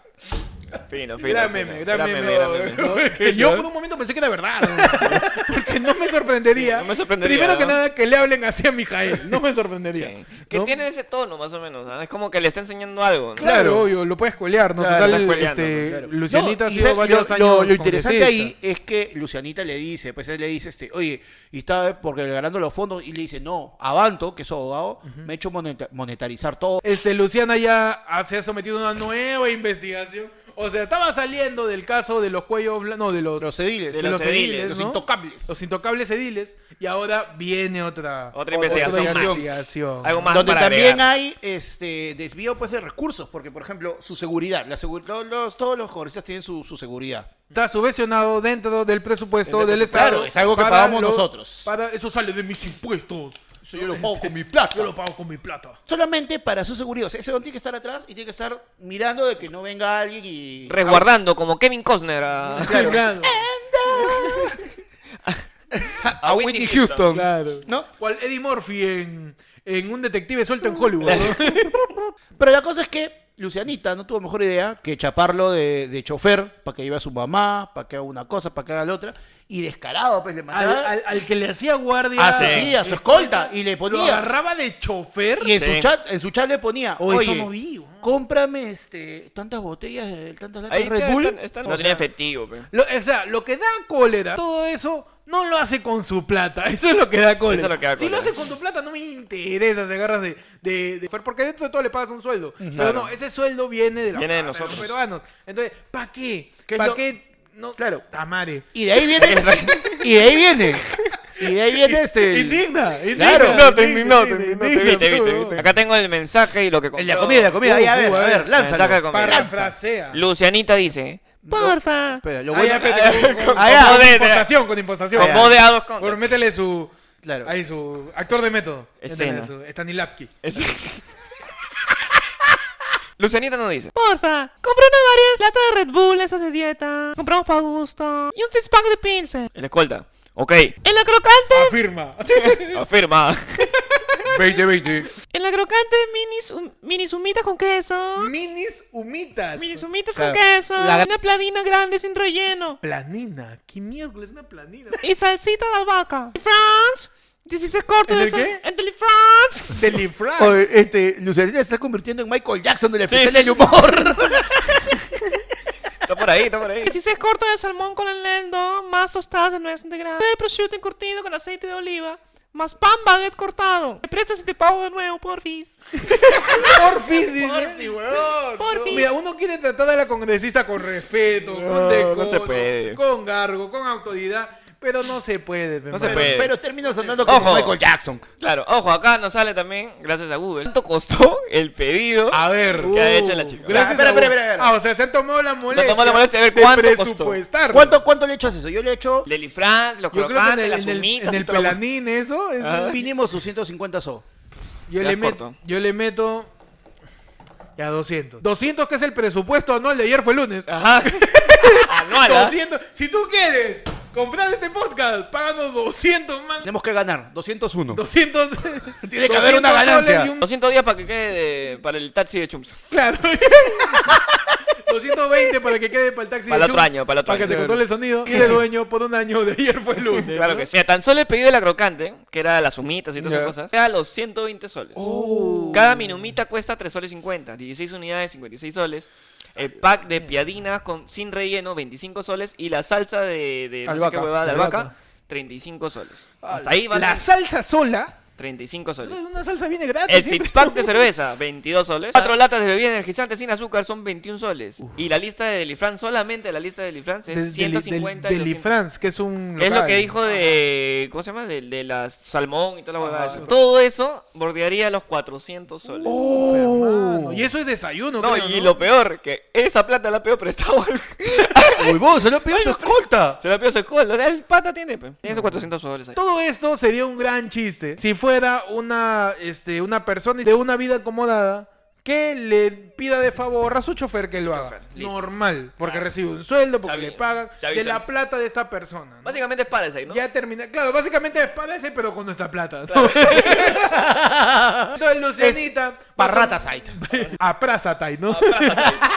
Speaker 2: Fino, fino.
Speaker 1: Gran
Speaker 2: fino.
Speaker 1: meme, gran meme,
Speaker 2: gran
Speaker 1: oh,
Speaker 2: meme.
Speaker 1: ¿no? Que yo por un momento pensé que era verdad. ¿no? Porque no me sorprendería.
Speaker 2: Sí, no me sorprendería,
Speaker 1: Primero que
Speaker 2: ¿no?
Speaker 1: nada, que le hablen así a Mijael. No me sorprendería.
Speaker 2: Sí. Que
Speaker 1: ¿no?
Speaker 2: tiene ese tono, más o menos. ¿ah? Es como que le está enseñando algo. ¿no?
Speaker 1: Claro, obvio, lo puedes colear, ¿no?
Speaker 2: Claro,
Speaker 1: Total,
Speaker 2: estás coleando,
Speaker 1: este,
Speaker 2: claro.
Speaker 1: Lucianita ha
Speaker 3: No, y
Speaker 1: sido
Speaker 3: sa- y
Speaker 1: varios
Speaker 3: lo,
Speaker 1: años.
Speaker 3: lo- lo interesante ahí
Speaker 1: congresista.
Speaker 3: es que Lucianita le dice, pues él le dice, este, oye, y está porque ganando los fondos, y le dice, no, Avanto, que es abogado, me ha hecho moneta- monetarizar todo.
Speaker 1: Este, Luciana ya ha- se ha sometido a una nueva investigación. O sea, estaba saliendo del caso de los cuellos blan- no, de los,
Speaker 3: Los ediles,
Speaker 1: de
Speaker 2: los
Speaker 1: los
Speaker 2: ediles,
Speaker 1: ediles,
Speaker 3: los
Speaker 1: ¿no?
Speaker 3: intocables.
Speaker 1: Los intocables ediles. Y ahora viene otra,
Speaker 2: Otra investigación más.
Speaker 1: investigación.
Speaker 2: Algo más
Speaker 3: donde
Speaker 2: para
Speaker 3: también
Speaker 2: agregar.
Speaker 3: hay este desvío pues de recursos, porque por ejemplo, su seguridad, la segu- los, los- todos los congresistas tienen su, su seguridad.
Speaker 1: Está subvencionado dentro del presupuesto del
Speaker 2: Del presupuesto.
Speaker 1: Estado.
Speaker 3: Claro, es algo que
Speaker 1: para
Speaker 3: pagamos nosotros.
Speaker 1: Para, eso sale de mis impuestos. Este,
Speaker 3: Eso yo lo pago con mi plata.
Speaker 1: Yo lo pago con mi plata.
Speaker 3: Solamente para su seguridad. O sea, ese don tiene que estar atrás y tiene que estar mirando de que no venga alguien y.
Speaker 2: Resguardando, como Kevin Costner ¿ah? a,
Speaker 1: Claro, claro.
Speaker 3: a, a Whitney Houston. ¿No?
Speaker 1: Cual Eddie Murphy en, en Un Detective Suelto
Speaker 3: Uh.
Speaker 1: en Hollywood. ¿no?
Speaker 3: Pero la cosa es que Lucianita no tuvo mejor idea que chaparlo de, de chofer para que lleve a su mamá, para que haga una cosa, para que haga la otra. Y descarado, pues le
Speaker 1: al,
Speaker 3: mandaba.
Speaker 1: al- al que le hacía guardia.
Speaker 3: Ah, sí, a su escolta, y le
Speaker 1: Lo
Speaker 3: ponía.
Speaker 1: agarraba de chofer.
Speaker 3: Y en
Speaker 2: Sí.
Speaker 3: su chat, en su chat le ponía,
Speaker 1: O eso
Speaker 3: oye,
Speaker 1: no vi, weón.
Speaker 3: cómprame este, tantas botellas, de- tantas latas
Speaker 2: Ahí
Speaker 3: de Red
Speaker 2: claro,
Speaker 3: Bull.
Speaker 2: están- están-
Speaker 3: O
Speaker 2: no
Speaker 3: sea,
Speaker 2: tenía efectivo. pe.
Speaker 1: Lo- o sea, lo que da cólera, todo eso, no lo hace con su plata. Eso es lo que da cólera.
Speaker 2: Eso es lo que da
Speaker 1: si lo
Speaker 2: cólera.
Speaker 1: hace con tu plata, no me interesa si agarras de, de, de- Porque dentro de todo le pagas un sueldo. Pero
Speaker 2: Claro.
Speaker 1: no, ese sueldo viene de, la
Speaker 2: Viene de
Speaker 1: plata
Speaker 2: nosotros.
Speaker 1: los peruanos. Entonces, ¿para qué?
Speaker 3: Que
Speaker 1: ¿Para
Speaker 3: no-
Speaker 1: qué? No,
Speaker 3: Claro.
Speaker 1: Tamare.
Speaker 3: Y de ahí viene, y de ahí viene, y de ahí viene este, el-
Speaker 1: Indigna, indigna.
Speaker 3: Claro.
Speaker 2: No, te
Speaker 1: indigna, indigna,
Speaker 2: indignó, te indignó, te
Speaker 1: indigna,
Speaker 2: vi, te vi, te vi.
Speaker 1: weón.
Speaker 2: Acá tengo el mensaje y lo que compró.
Speaker 3: la comida, la comida,
Speaker 1: Uh,
Speaker 3: ahí, a ver,
Speaker 1: uh,
Speaker 3: a
Speaker 1: a
Speaker 3: ver,
Speaker 1: ver,
Speaker 2: saca
Speaker 3: lánzalo.
Speaker 2: con-
Speaker 1: Parafrasea.
Speaker 2: Lucianita dice, porfa.
Speaker 3: Espera, lo
Speaker 1: Ah,
Speaker 3: bueno-
Speaker 1: ya, espérate, con- con-
Speaker 3: Allá,
Speaker 1: con
Speaker 2: de- de-
Speaker 1: impostación, con impostación.
Speaker 2: eh. con
Speaker 1: Ya.
Speaker 2: voz de Ados Contas.
Speaker 1: Bueno, métele su.
Speaker 3: Claro.
Speaker 1: Ahí su. Actor de método.
Speaker 2: Escena.
Speaker 1: Métele su Stanislavski.
Speaker 2: Es- Lucianita nos dice, porfa, compré una varias latas de Red Bull, esas de dieta, compramos para gusto, y un six pack de pilsen. El escolta, ok. En la crocante,
Speaker 1: Afirma.
Speaker 2: afirma.
Speaker 3: 2020.
Speaker 2: En la crocante, mini, sum- mini sumitas con queso.
Speaker 1: Minis humitas.
Speaker 2: Mini sumitas
Speaker 3: Claro,
Speaker 2: con queso.
Speaker 3: la-
Speaker 2: Una planina grande sin relleno.
Speaker 1: Planina. ¿Qué miércoles? Una planina.
Speaker 2: Y salsita de albahaca. France, 16 cortes
Speaker 1: ¿En
Speaker 2: de
Speaker 1: el
Speaker 2: sal-
Speaker 1: qué?
Speaker 2: En Deli France.
Speaker 1: Delifrax.
Speaker 2: eh.
Speaker 3: Oye, este, Lucianita se está convirtiendo en Michael Jackson del especial
Speaker 2: sí.
Speaker 3: del humor.
Speaker 2: Está por ahí, está por ahí.
Speaker 4: 16 cortes de salmón con eneldo, más tostadas de nuez integrales, de prosciutto encurtido con aceite de oliva, más pan baguette cortado. Me prestas y te pago de nuevo, porfis.
Speaker 1: Porfis, dice.
Speaker 4: Porfis.
Speaker 1: Mira, uno quiere tratar a la congresista con respeto, con
Speaker 2: no
Speaker 1: decoro,
Speaker 2: se puede.
Speaker 1: con gargo, con autoridad, pero no se puede. mi
Speaker 2: No se
Speaker 1: hermano.
Speaker 2: puede.
Speaker 3: Pero termina sonando como
Speaker 2: Ojo.
Speaker 3: Michael Jackson.
Speaker 2: Claro, ojo, acá nos sale también, gracias a Google, cuánto costó el pedido.
Speaker 3: A ver,
Speaker 2: ¿Qué ha hecho la chica?
Speaker 1: Uh, Gracias.
Speaker 3: Espera,
Speaker 1: a
Speaker 3: espera,
Speaker 1: vos.
Speaker 3: espera, espera.
Speaker 1: Ah, o sea, se han tomado la molestia.
Speaker 2: tomado la molestia de ver cuánto costó.
Speaker 1: presupuestarlo.
Speaker 3: ¿cuánto, cuánto le echas eso? Yo le he hecho
Speaker 2: Deli France, los
Speaker 1: Yo creo que en
Speaker 2: crocantes,
Speaker 1: el,
Speaker 2: las
Speaker 1: en el-
Speaker 2: humitas.
Speaker 1: en el
Speaker 2: y todo lo-
Speaker 1: pelanín, eso. eso-
Speaker 2: Ah.
Speaker 3: mínimo sus 150 so.
Speaker 1: yo,
Speaker 2: Ya
Speaker 1: le
Speaker 2: es
Speaker 1: met-
Speaker 2: corto.
Speaker 1: yo le meto. Ya 200. 200 que es el presupuesto anual de ayer fue lunes.
Speaker 2: Ajá. Anual. ¿ah?
Speaker 1: 200. Si tú quieres comprar este podcast, páganos 200 más.
Speaker 3: Tenemos que ganar, 201.
Speaker 1: 200.
Speaker 3: Tiene que haber una
Speaker 1: 200 soles
Speaker 3: ganancia.
Speaker 1: y un-
Speaker 2: 200 días para que quede de- para el taxi de Chums.
Speaker 1: Claro. 220 para que quede para el taxi. de
Speaker 2: Para el otro
Speaker 1: Chums,
Speaker 2: año, para el otro
Speaker 1: que te
Speaker 2: año.
Speaker 1: controle el sonido. Y de dueño por un año de ayer fue lunes.
Speaker 2: Claro que sí. Tan solo el pedido de la crocante, que era las humitas y todas
Speaker 1: Ya. Oh.
Speaker 2: esas cosas, era los 120 soles. Cada minumita cuesta 3 soles 50, 16 unidades, 56 soles. El pack de piadinas con, sin relleno, 25 soles. Y la salsa de, de no sé qué
Speaker 1: Albahaca,
Speaker 2: huevada de
Speaker 1: albahaca.
Speaker 2: albahaca, 35 soles. Hasta ahí va
Speaker 1: Ah, La salsa sola.
Speaker 2: 35 soles.
Speaker 1: Una salsa viene gratis.
Speaker 2: El
Speaker 1: siempre.
Speaker 2: six pack de cerveza, 22 soles. Cuatro latas de bebida energizante sin azúcar son 21 soles. Y la lista de Delifrance, solamente la lista de Delifrance
Speaker 1: Del-
Speaker 2: es
Speaker 1: del- del-
Speaker 2: 150 y
Speaker 1: del
Speaker 2: 200.
Speaker 1: Ifrance, que es un.
Speaker 2: Que es lo
Speaker 1: local.
Speaker 2: que dijo de. ¿Cómo se llama? De, de la salmón y toda la huevada. esa. Todo eso bordearía los 400 soles.
Speaker 1: Hermano, Oh, Y eso es desayuno,
Speaker 2: no,
Speaker 1: Uh, creo,
Speaker 2: y lo peor, que esa plata la pidió prestado. al-
Speaker 3: Uy, vos, se lo pidió su escolta.
Speaker 2: se la pidió su escuela. El pata tiene, pe. Tiene esos 400 soles ahí.
Speaker 1: Todo esto sería un gran chiste si fuera una, este, una persona de una vida acomodada que le pida de favor a su chofer que lo haga.
Speaker 2: Chofer, listo.
Speaker 1: Normal, porque recibe un sueldo, porque
Speaker 2: Se
Speaker 1: le
Speaker 2: avisa,
Speaker 1: pagan
Speaker 2: se
Speaker 1: de
Speaker 2: avisa.
Speaker 1: la plata de esta persona. ¿no?
Speaker 2: Básicamente es para ahí, ¿no?
Speaker 1: Ya termina. Claro, básicamente es para ese, pero con nuestra plata. ¿no? Entonces, Lucianita.
Speaker 3: Parrata site.
Speaker 1: A Prasatay, ¿no?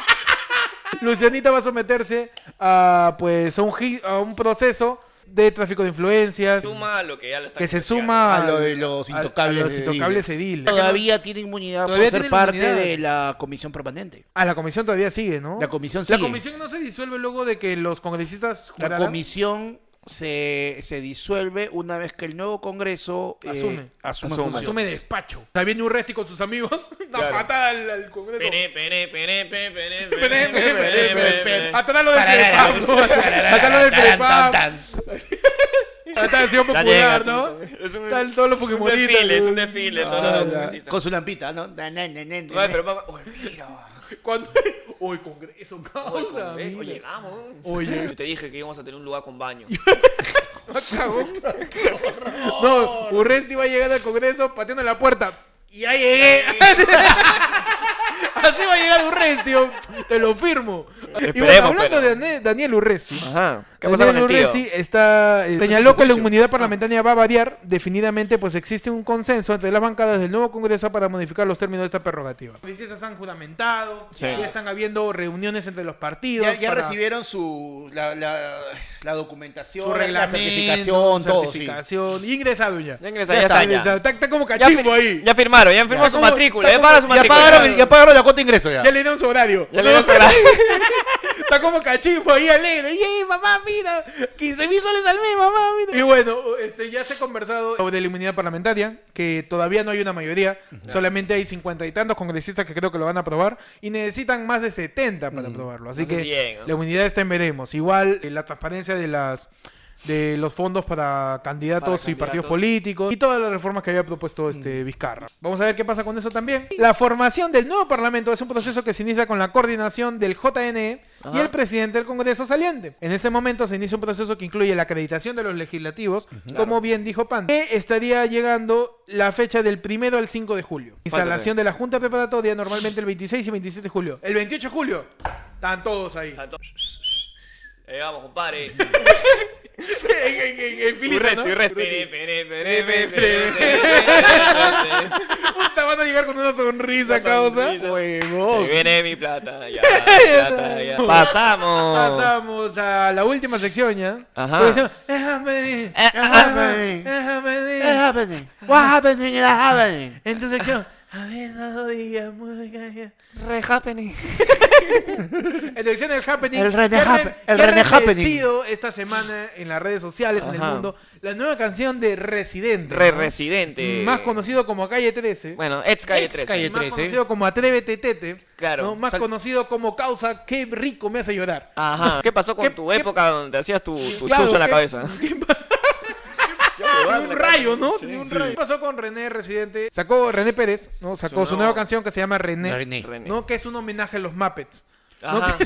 Speaker 1: Lucianita va a someterse a pues a un, gi- a un proceso de tráfico de influencias
Speaker 2: Suma a lo que ya le está
Speaker 1: que se suma
Speaker 3: A Ah, lo de
Speaker 1: al-
Speaker 3: los
Speaker 1: al- a
Speaker 3: intocables.
Speaker 1: los intocables ediles.
Speaker 3: Todavía tiene inmunidad
Speaker 1: Todavía
Speaker 3: por ser
Speaker 1: tiene
Speaker 3: parte
Speaker 1: inmunidad.
Speaker 3: de la comisión permanente.
Speaker 1: Ah, la comisión todavía sigue, ¿no?
Speaker 3: La comisión
Speaker 1: La
Speaker 3: sigue.
Speaker 1: comisión no se disuelve luego de que los congresistas
Speaker 3: La
Speaker 1: juraran.
Speaker 3: comisión se, se disuelve una vez que el nuevo Congreso eh,
Speaker 1: Asume.
Speaker 3: asume,
Speaker 2: Asume.
Speaker 3: funciones.
Speaker 1: asume despacho. Está viene Urresti con sus amigos, una
Speaker 2: Claro.
Speaker 1: patada al, al Congreso.
Speaker 2: Pere, pere, pere, pere, pere,
Speaker 1: Pere, pere,
Speaker 2: pere,
Speaker 1: pere, pere, pere. Atrás lo del
Speaker 3: Tararara.
Speaker 1: Perepam. Atrás lo del
Speaker 3: Tan, tan,
Speaker 1: Perepam.
Speaker 3: tan.
Speaker 1: Atrás ha sido
Speaker 2: Ya
Speaker 1: popular,
Speaker 2: llega,
Speaker 1: ¿no?
Speaker 2: Es un,
Speaker 1: Están todos los
Speaker 2: un
Speaker 1: Fujimoristas.
Speaker 2: desfile, es un
Speaker 1: ¿no?
Speaker 2: desfile.
Speaker 1: Ah,
Speaker 2: todos los
Speaker 1: la-
Speaker 2: congresistas.
Speaker 3: Con su lampita, ¿no? Na, na, na, na, na.
Speaker 2: Ay, pero papá, uy, mira.
Speaker 1: Cuando... Oye, Congreso, causa.
Speaker 2: ¿Ves?
Speaker 1: mira.
Speaker 2: Oye, llegamos.
Speaker 1: Oye.
Speaker 2: Yo te dije que íbamos a tener un lugar con baño.
Speaker 1: Cagón. No, Urresti va a llegar al Congreso pateando la puerta. Ya llegué. Así va a llegar Urresti, yo te lo firmo. Y bueno,
Speaker 2: Esperemos,
Speaker 1: hablando
Speaker 2: pero-
Speaker 1: de Dane- Daniel Urresti.
Speaker 2: Ajá. ¿Qué pasa
Speaker 1: Daniel
Speaker 2: con el tío?
Speaker 1: Urresti está eh, Ah. señaló que la inmunidad parlamentaria va a variar definidamente, pues existe un consenso entre las bancadas del nuevo Congreso para modificar los términos de esta prerrogativa. Los están juramentado,
Speaker 2: Sí.
Speaker 1: ya están habiendo reuniones entre los partidos.
Speaker 3: Ya, ya
Speaker 1: para-
Speaker 3: recibieron su la, la, la documentación,
Speaker 1: su
Speaker 3: la
Speaker 1: reglamento,
Speaker 3: certificación, todo. sí.
Speaker 1: certificación, ingresado ya.
Speaker 2: Ya ingresado, ya está, ya.
Speaker 1: ingresado. Está, está como
Speaker 2: Ya,
Speaker 1: cachimbo
Speaker 2: fir-
Speaker 1: ahí. Ya,
Speaker 2: ya firmaron, ya firmó
Speaker 1: Ya,
Speaker 2: su
Speaker 1: ¿cómo-
Speaker 2: matrícula.
Speaker 1: está
Speaker 2: Ya paga su
Speaker 1: como-
Speaker 3: Ya
Speaker 2: matrícula.
Speaker 3: pagaron, ya pagaron la cuota de ingreso ya.
Speaker 1: le dieron su horario. No,
Speaker 2: Ya le dio su-
Speaker 1: Está como cachimbo ahí alegre. ¡Yey, mamá, mira! 15 mil soles al mes, mamá, mira. Y bueno, este, ya se ha conversado sobre la inmunidad parlamentaria, que todavía no hay una mayoría. Solamente hay cincuenta y tantos congresistas que creo que lo van a aprobar. Y necesitan más de 70
Speaker 2: Mm.
Speaker 1: para aprobarlo. Así
Speaker 2: No sé
Speaker 1: que
Speaker 2: si llegan.
Speaker 1: la inmunidad está en veremos. Igual eh, la transparencia de las de los fondos para candidatos
Speaker 2: Para
Speaker 1: y partidos
Speaker 2: candidatos.
Speaker 1: políticos y todas las reformas que había propuesto este Vizcarra. Vamos a ver qué pasa con eso también. La formación del nuevo parlamento es un proceso que se inicia con la coordinación del JNE y
Speaker 2: Ajá.
Speaker 1: el presidente del Congreso saliente. En este momento se inicia un proceso que incluye la acreditación de los legislativos, como bien dijo Pan, que estaría llegando la fecha del primero al 5 de julio. Instalación de la Junta Preparatoria normalmente el 26 y 27 de julio. El 28 de julio. Están todos ahí.
Speaker 2: Tanto- Eh, vamos, compadre.
Speaker 1: en, en- en filita,
Speaker 2: Urresti,
Speaker 1: ¿no?
Speaker 2: Urresti.
Speaker 1: Urresti.
Speaker 2: Pere, pere, pere,
Speaker 1: Pere, pere,
Speaker 2: pere, pere,
Speaker 1: pere.
Speaker 2: pere, pere.
Speaker 1: Puta, van a llegar con una sonrisa,
Speaker 2: Una
Speaker 1: causa.
Speaker 2: sonrisa.
Speaker 3: Oh.
Speaker 1: Huevón.
Speaker 2: Se viene mi plata, ya, plata, ya. Pasamos.
Speaker 1: Pasamos a la última sección ya.
Speaker 2: Ajá.
Speaker 1: Porque decimos, "It's happening, it's
Speaker 2: Eh.
Speaker 3: ah,
Speaker 1: happening,
Speaker 3: ah,
Speaker 1: it's happening".
Speaker 3: It's happening. What happening is happening.
Speaker 1: En tu sección. A ver, no digas música. ya".
Speaker 4: Re happening.
Speaker 1: En tu sección del happening.
Speaker 3: El Rene
Speaker 1: que ha re-
Speaker 3: Happen- el
Speaker 1: que ha
Speaker 3: Rene Happening.
Speaker 1: renacido esta semana en las redes sociales, en el
Speaker 2: Ajá.
Speaker 1: mundo, la nueva canción de Residente.
Speaker 2: Re
Speaker 1: ¿no?
Speaker 2: residente.
Speaker 1: Más conocido como Calle 13.
Speaker 2: Bueno, ex calle
Speaker 3: Ex
Speaker 2: 13.
Speaker 3: calle
Speaker 1: más
Speaker 3: 13.
Speaker 1: conocido como Atrévete Tete.
Speaker 2: Claro.
Speaker 1: ¿no? Más
Speaker 2: Sal-
Speaker 1: conocido como Causa. Qué rico me hace llorar.
Speaker 2: Ajá. ¿Qué pasó con
Speaker 1: ¿Qué-
Speaker 2: tu
Speaker 1: qué-
Speaker 2: época donde hacías tu, tu
Speaker 1: Claro,
Speaker 2: chuzo en la
Speaker 1: ¿qué-
Speaker 2: cabeza?
Speaker 1: Tenía un rayo, ¿no? Tenía un rayo. ¿Qué pasó con René Residente? Sacó René Pérez, ¿no? Sacó su,
Speaker 2: Su
Speaker 1: nueva
Speaker 2: nuevo-
Speaker 1: canción que se llama René,
Speaker 3: René.
Speaker 2: René.
Speaker 1: ¿no? Que es un homenaje a los Muppets.
Speaker 2: Ajá.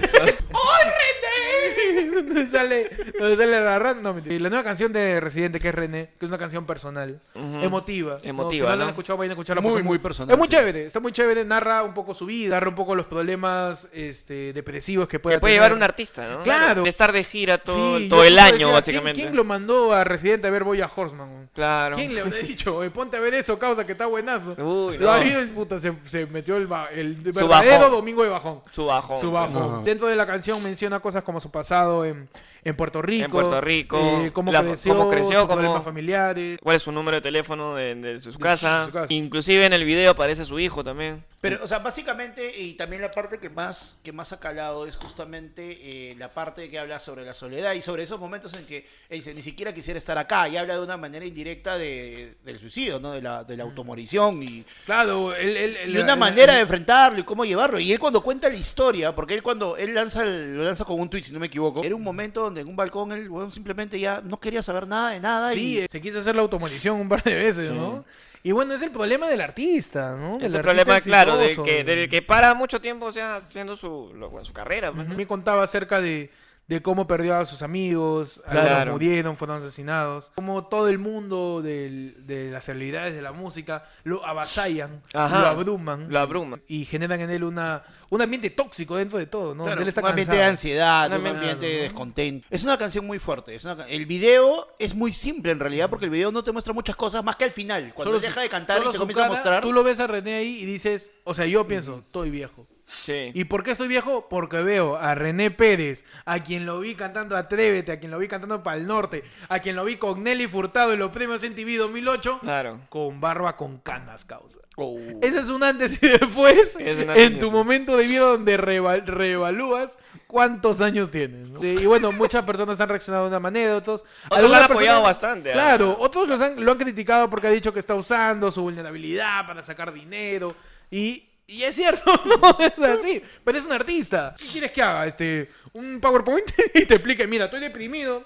Speaker 1: donde sale, donde sale la rat- no, mentira. Y la nueva canción de Residente que es René, que es una canción personal,
Speaker 2: Ujú.
Speaker 1: emotiva. ¿no?
Speaker 2: Emotiva,
Speaker 1: Si no la han
Speaker 2: ¿no?
Speaker 1: escuchado, vayan a escucharla.
Speaker 3: Muy,
Speaker 1: porque es
Speaker 3: muy personal,
Speaker 1: Es muy
Speaker 3: sí.
Speaker 1: chévere, está muy chévere. Narra un poco su vida, narra un poco los problemas este, depresivos que puede
Speaker 2: Que puede llevar un artista, ¿no?
Speaker 1: Claro.
Speaker 2: De estar de gira todo,
Speaker 1: Sí,
Speaker 2: todo
Speaker 1: yo
Speaker 2: el
Speaker 1: justo
Speaker 2: año,
Speaker 1: decía, ¿quién-
Speaker 2: básicamente.
Speaker 1: ¿quién, lo mandó a Residente a ver Voy a Horseman? güey?
Speaker 2: Claro.
Speaker 1: ¿Quién le habrá dicho? "Oye, ponte a ver eso, causa que está buenazo.
Speaker 2: Uy,
Speaker 1: Lo
Speaker 2: no.
Speaker 1: ha ido y, puta, se, se metió el, ba- el
Speaker 2: Su
Speaker 1: verdadero
Speaker 2: bajón.
Speaker 1: domingo de bajón.
Speaker 2: Su bajo.
Speaker 1: Su bajón.
Speaker 3: Ajá.
Speaker 1: Dentro de la canción menciona cosas como su pasado en, en Puerto Rico.
Speaker 2: En Puerto Rico,
Speaker 1: eh, cómo,
Speaker 2: la-
Speaker 1: creció,
Speaker 2: cómo creció,
Speaker 1: sus problemas
Speaker 2: cómo-
Speaker 1: familiares.
Speaker 2: ¿Cuál es su número de teléfono de, de su, casa?
Speaker 1: su casa.
Speaker 2: Inclusive en el video aparece su hijo también.
Speaker 3: Pero, o sea, básicamente, y también la parte que más, que más ha calado es justamente eh, la parte que habla sobre la soledad y sobre esos momentos en que él dice, ni siquiera quisiera estar acá, y habla de una manera indirecta de, del suicidio, ¿no? De la, de la automorición y,
Speaker 1: Claro, él, él- él-
Speaker 3: y una
Speaker 1: él-
Speaker 3: manera
Speaker 1: él-
Speaker 3: de enfrentarlo y cómo llevarlo. Y él cuando cuenta la historia, porque él cuando él lanza el- lo lanza con un tweet, si no me equivoco, era un momento donde en un balcón él bueno, simplemente ya no quería saber nada de nada.
Speaker 1: Sí,
Speaker 3: y,
Speaker 1: eh, se quiso hacer la automolición un par de veces,
Speaker 2: Sí.
Speaker 1: ¿no? Y bueno, es el problema del artista, ¿no?
Speaker 2: Es
Speaker 1: Del
Speaker 2: el
Speaker 1: artista
Speaker 2: problema, claro, de
Speaker 1: exitoso,
Speaker 2: que, del que para mucho tiempo, o sea, haciendo su, lo- bueno, su carrera. pues, ¿no?
Speaker 1: Me contaba acerca de, de cómo perdió a sus amigos, a los que
Speaker 2: Claro.
Speaker 1: murieron, fueron asesinados. Cómo todo el mundo del- de las celebridades de la música lo avasallan,
Speaker 2: Ajá.
Speaker 1: lo abruman.
Speaker 2: Lo abruma.
Speaker 1: Y generan en él una, un ambiente tóxico dentro de todo, ¿no?
Speaker 3: Claro,
Speaker 1: Donde él está
Speaker 3: un ambiente de
Speaker 1: cansado.
Speaker 3: ansiedad,
Speaker 2: Un
Speaker 3: un
Speaker 2: ambiente-
Speaker 3: ambiente de descontento. Es una canción muy fuerte. es una ca- El video es muy simple en realidad porque el video no te muestra muchas cosas más que al final. Cuando
Speaker 1: Solo
Speaker 3: él
Speaker 1: su-
Speaker 3: deja de cantar
Speaker 1: solo
Speaker 3: y te
Speaker 1: su
Speaker 3: comienza a
Speaker 1: cara,
Speaker 3: mostrar.
Speaker 1: Tú lo ves a René ahí y dices, o sea, yo pienso, estoy viejo.
Speaker 2: Sí.
Speaker 1: ¿Y por qué estoy viejo? Porque veo a René Pérez, a quien lo vi cantando Atrévete, a quien lo vi cantando Pal Norte, a quien lo vi con Nelly Furtado en los premios en TV 2008,
Speaker 2: Claro.
Speaker 1: con barba con canas, causa.
Speaker 2: Oh.
Speaker 1: Ese es un antes y después
Speaker 2: Es un antes y
Speaker 1: en tu
Speaker 2: después.
Speaker 1: momento de vida donde reeval- reevalúas cuántos años tienes. ¿no? Sí, Y bueno, muchas personas han reaccionado de una manera, otros...
Speaker 2: han
Speaker 1: algunas
Speaker 2: apoyado bastante, ¿ah?
Speaker 1: Claro, otros los han- lo han criticado porque ha dicho que está usando su vulnerabilidad para sacar dinero y... y es cierto, no es así. Pero es un artista. ¿Qué quieres que haga? Este, un PowerPoint y te explique, mira, estoy deprimido.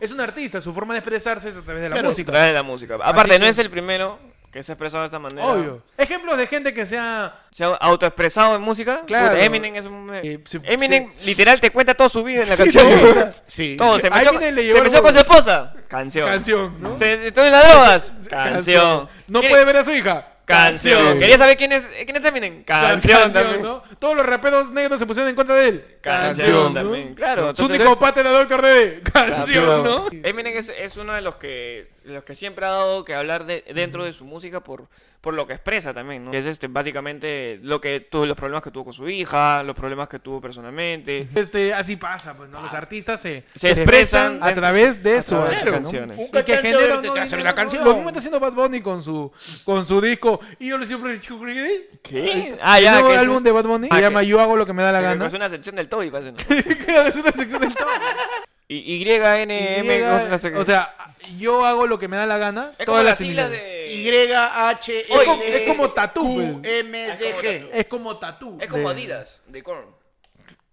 Speaker 1: Es un artista, su forma de expresarse es a través de la
Speaker 3: Claro,
Speaker 1: música.
Speaker 2: Trae la música. Aparte, no
Speaker 1: que-
Speaker 2: es el primero que se ha expresado de esta manera.
Speaker 1: Obvio. Ejemplos de gente que sea
Speaker 2: ¿Se ha autoexpresado en música?
Speaker 1: Claro.
Speaker 2: Puta, Eminem es un...
Speaker 1: Eh, sí,
Speaker 2: Eminem literal te cuenta toda su vida en la
Speaker 1: Sí,
Speaker 2: canción.
Speaker 1: ¿no? O sea,
Speaker 3: Sí.
Speaker 2: Todo, se
Speaker 1: Ahí
Speaker 2: empezó,
Speaker 1: viene y le
Speaker 2: se
Speaker 1: llevó el
Speaker 2: empezó con
Speaker 1: huevo.
Speaker 2: su esposa. Canción.
Speaker 1: Canción, ¿no?
Speaker 2: Se estuvo en las drogas. Canción.
Speaker 1: No
Speaker 2: ¿Quiere-
Speaker 1: puede ver a su hija.
Speaker 2: Canción.
Speaker 1: Sí.
Speaker 2: Quería saber quién es, quién es Eminem. Canción, también.
Speaker 1: ¿no? Todos los raperos negros se pusieron en contra de él.
Speaker 2: Canción también, claro,
Speaker 1: Su
Speaker 2: entonces- Eh,
Speaker 1: único pata era Doctor D. Canción, ¿no?
Speaker 2: Eminem es, es uno de los que, de los que siempre ha dado que hablar de- dentro de su música por, por lo que expresa también, ¿no? Que es este, básicamente lo que tuvo, los problemas que tuvo con su hija, los problemas que tuvo personalmente.
Speaker 1: Este, así pasa, pues, ¿no? Los artistas se,
Speaker 2: Se expresan
Speaker 1: a
Speaker 2: dentro-
Speaker 1: través de su
Speaker 2: través de sus
Speaker 1: arte, ¿no?
Speaker 2: canciones.
Speaker 1: Y que generan
Speaker 3: generan
Speaker 1: no dinero,
Speaker 3: la
Speaker 1: ¿no?
Speaker 3: canción.
Speaker 1: Lo mismo está haciendo Bad Bunny con su con su disco y yo le siempre
Speaker 2: ¿Qué? Ah, ya,
Speaker 1: el nuevo
Speaker 2: que es
Speaker 1: álbum
Speaker 2: este-
Speaker 1: de Bad Bunny
Speaker 2: Ah,
Speaker 1: se
Speaker 2: que-
Speaker 1: llama Yo hago lo que me da la
Speaker 2: que
Speaker 1: gana.
Speaker 2: Es una sección del Toby, parece, ¿no?
Speaker 1: es una sección del todo.
Speaker 2: Y, YNM,
Speaker 1: Llega-
Speaker 2: no sé qué.
Speaker 1: o sea, yo hago lo que me da la gana.
Speaker 2: es como
Speaker 1: todas
Speaker 2: las
Speaker 1: las
Speaker 2: siglas
Speaker 1: similitudes.
Speaker 2: de. eh,
Speaker 3: Y H
Speaker 1: Es como- es como tatú,
Speaker 3: U
Speaker 1: pues.
Speaker 3: M D G.
Speaker 1: Es como tatú.
Speaker 2: Es como
Speaker 1: de-
Speaker 2: Adidas, de Korn.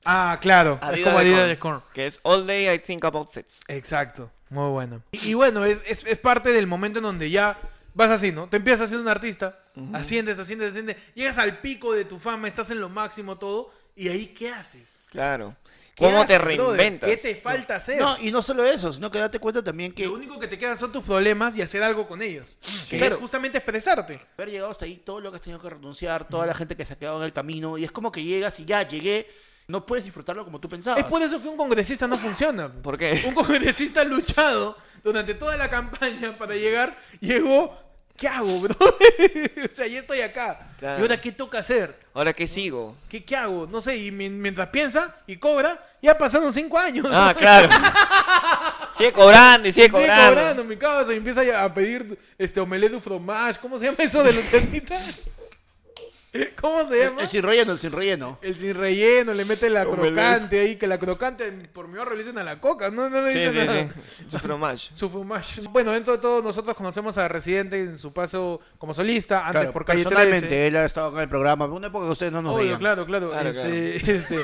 Speaker 1: Ah, claro. es como Adidas de Korn.
Speaker 2: Que es All Day I Think About Sex.
Speaker 1: Exacto. Muy bueno. Y, y bueno, es, es, es parte del momento en donde ya vas así, ¿no? Te empiezas siendo un artista, asciendes, asciendes, asciendes, llegas al pico de tu fama, estás en lo máximo todo, y ahí ¿qué haces?
Speaker 2: Claro.
Speaker 1: ¿Qué
Speaker 2: ¿Cómo te
Speaker 1: haces, brother?
Speaker 2: reinventas?
Speaker 1: ¿Qué te falta hacer?
Speaker 3: No, y no solo eso, sino que date cuenta también que
Speaker 1: Lo único que te quedan son tus problemas y hacer algo con ellos. Que
Speaker 2: Claro.
Speaker 1: es justamente expresarte.
Speaker 3: haber llegado hasta ahí, todo lo que has tenido que renunciar, toda la gente que se ha quedado en el camino, y es como que llegas y ya llegué, no puedes disfrutarlo como tú pensabas.
Speaker 1: Es por eso que un congresista no funciona.
Speaker 2: Ah. ¿Por qué?
Speaker 1: Un congresista ha luchado durante toda la campaña para llegar, llegó, ¿qué hago, bro? o sea, ya estoy acá.
Speaker 2: Claro.
Speaker 1: ¿Y ahora qué toca hacer?
Speaker 2: Ahora que sigo.
Speaker 1: ¿Qué, qué hago? No sé, y mien- mientras piensa y cobra, ya pasaron cinco años.
Speaker 2: Ah,
Speaker 1: ¿no?
Speaker 2: claro. Sigue cobrando y
Speaker 1: Y
Speaker 2: sigue
Speaker 1: sigue
Speaker 2: cobrando.
Speaker 1: cobrando, mi causa, y empieza ya a pedir este omelette du fromage, ¿cómo se llama eso de los cerditas? ¿Cómo se llama?
Speaker 3: El Eh, sin relleno, el sin relleno.
Speaker 1: El sin relleno, le mete la
Speaker 2: Omelette.
Speaker 1: crocante ahí, que la crocante por mi horror le dicen a la coca, no, no le
Speaker 2: Sí,
Speaker 1: dicen
Speaker 2: sí,
Speaker 1: nada.
Speaker 2: sí. Su fromage.
Speaker 1: Su fromage. Bueno, dentro de todo, nosotros conocemos a Residente en su paso como solista, antes
Speaker 3: Claro,
Speaker 1: por Calle 13.
Speaker 3: personalmente, él ha estado en el programa, una época que ustedes no nos
Speaker 1: Obvio,
Speaker 3: veían.
Speaker 1: claro, claro.
Speaker 2: Claro,
Speaker 1: este, este,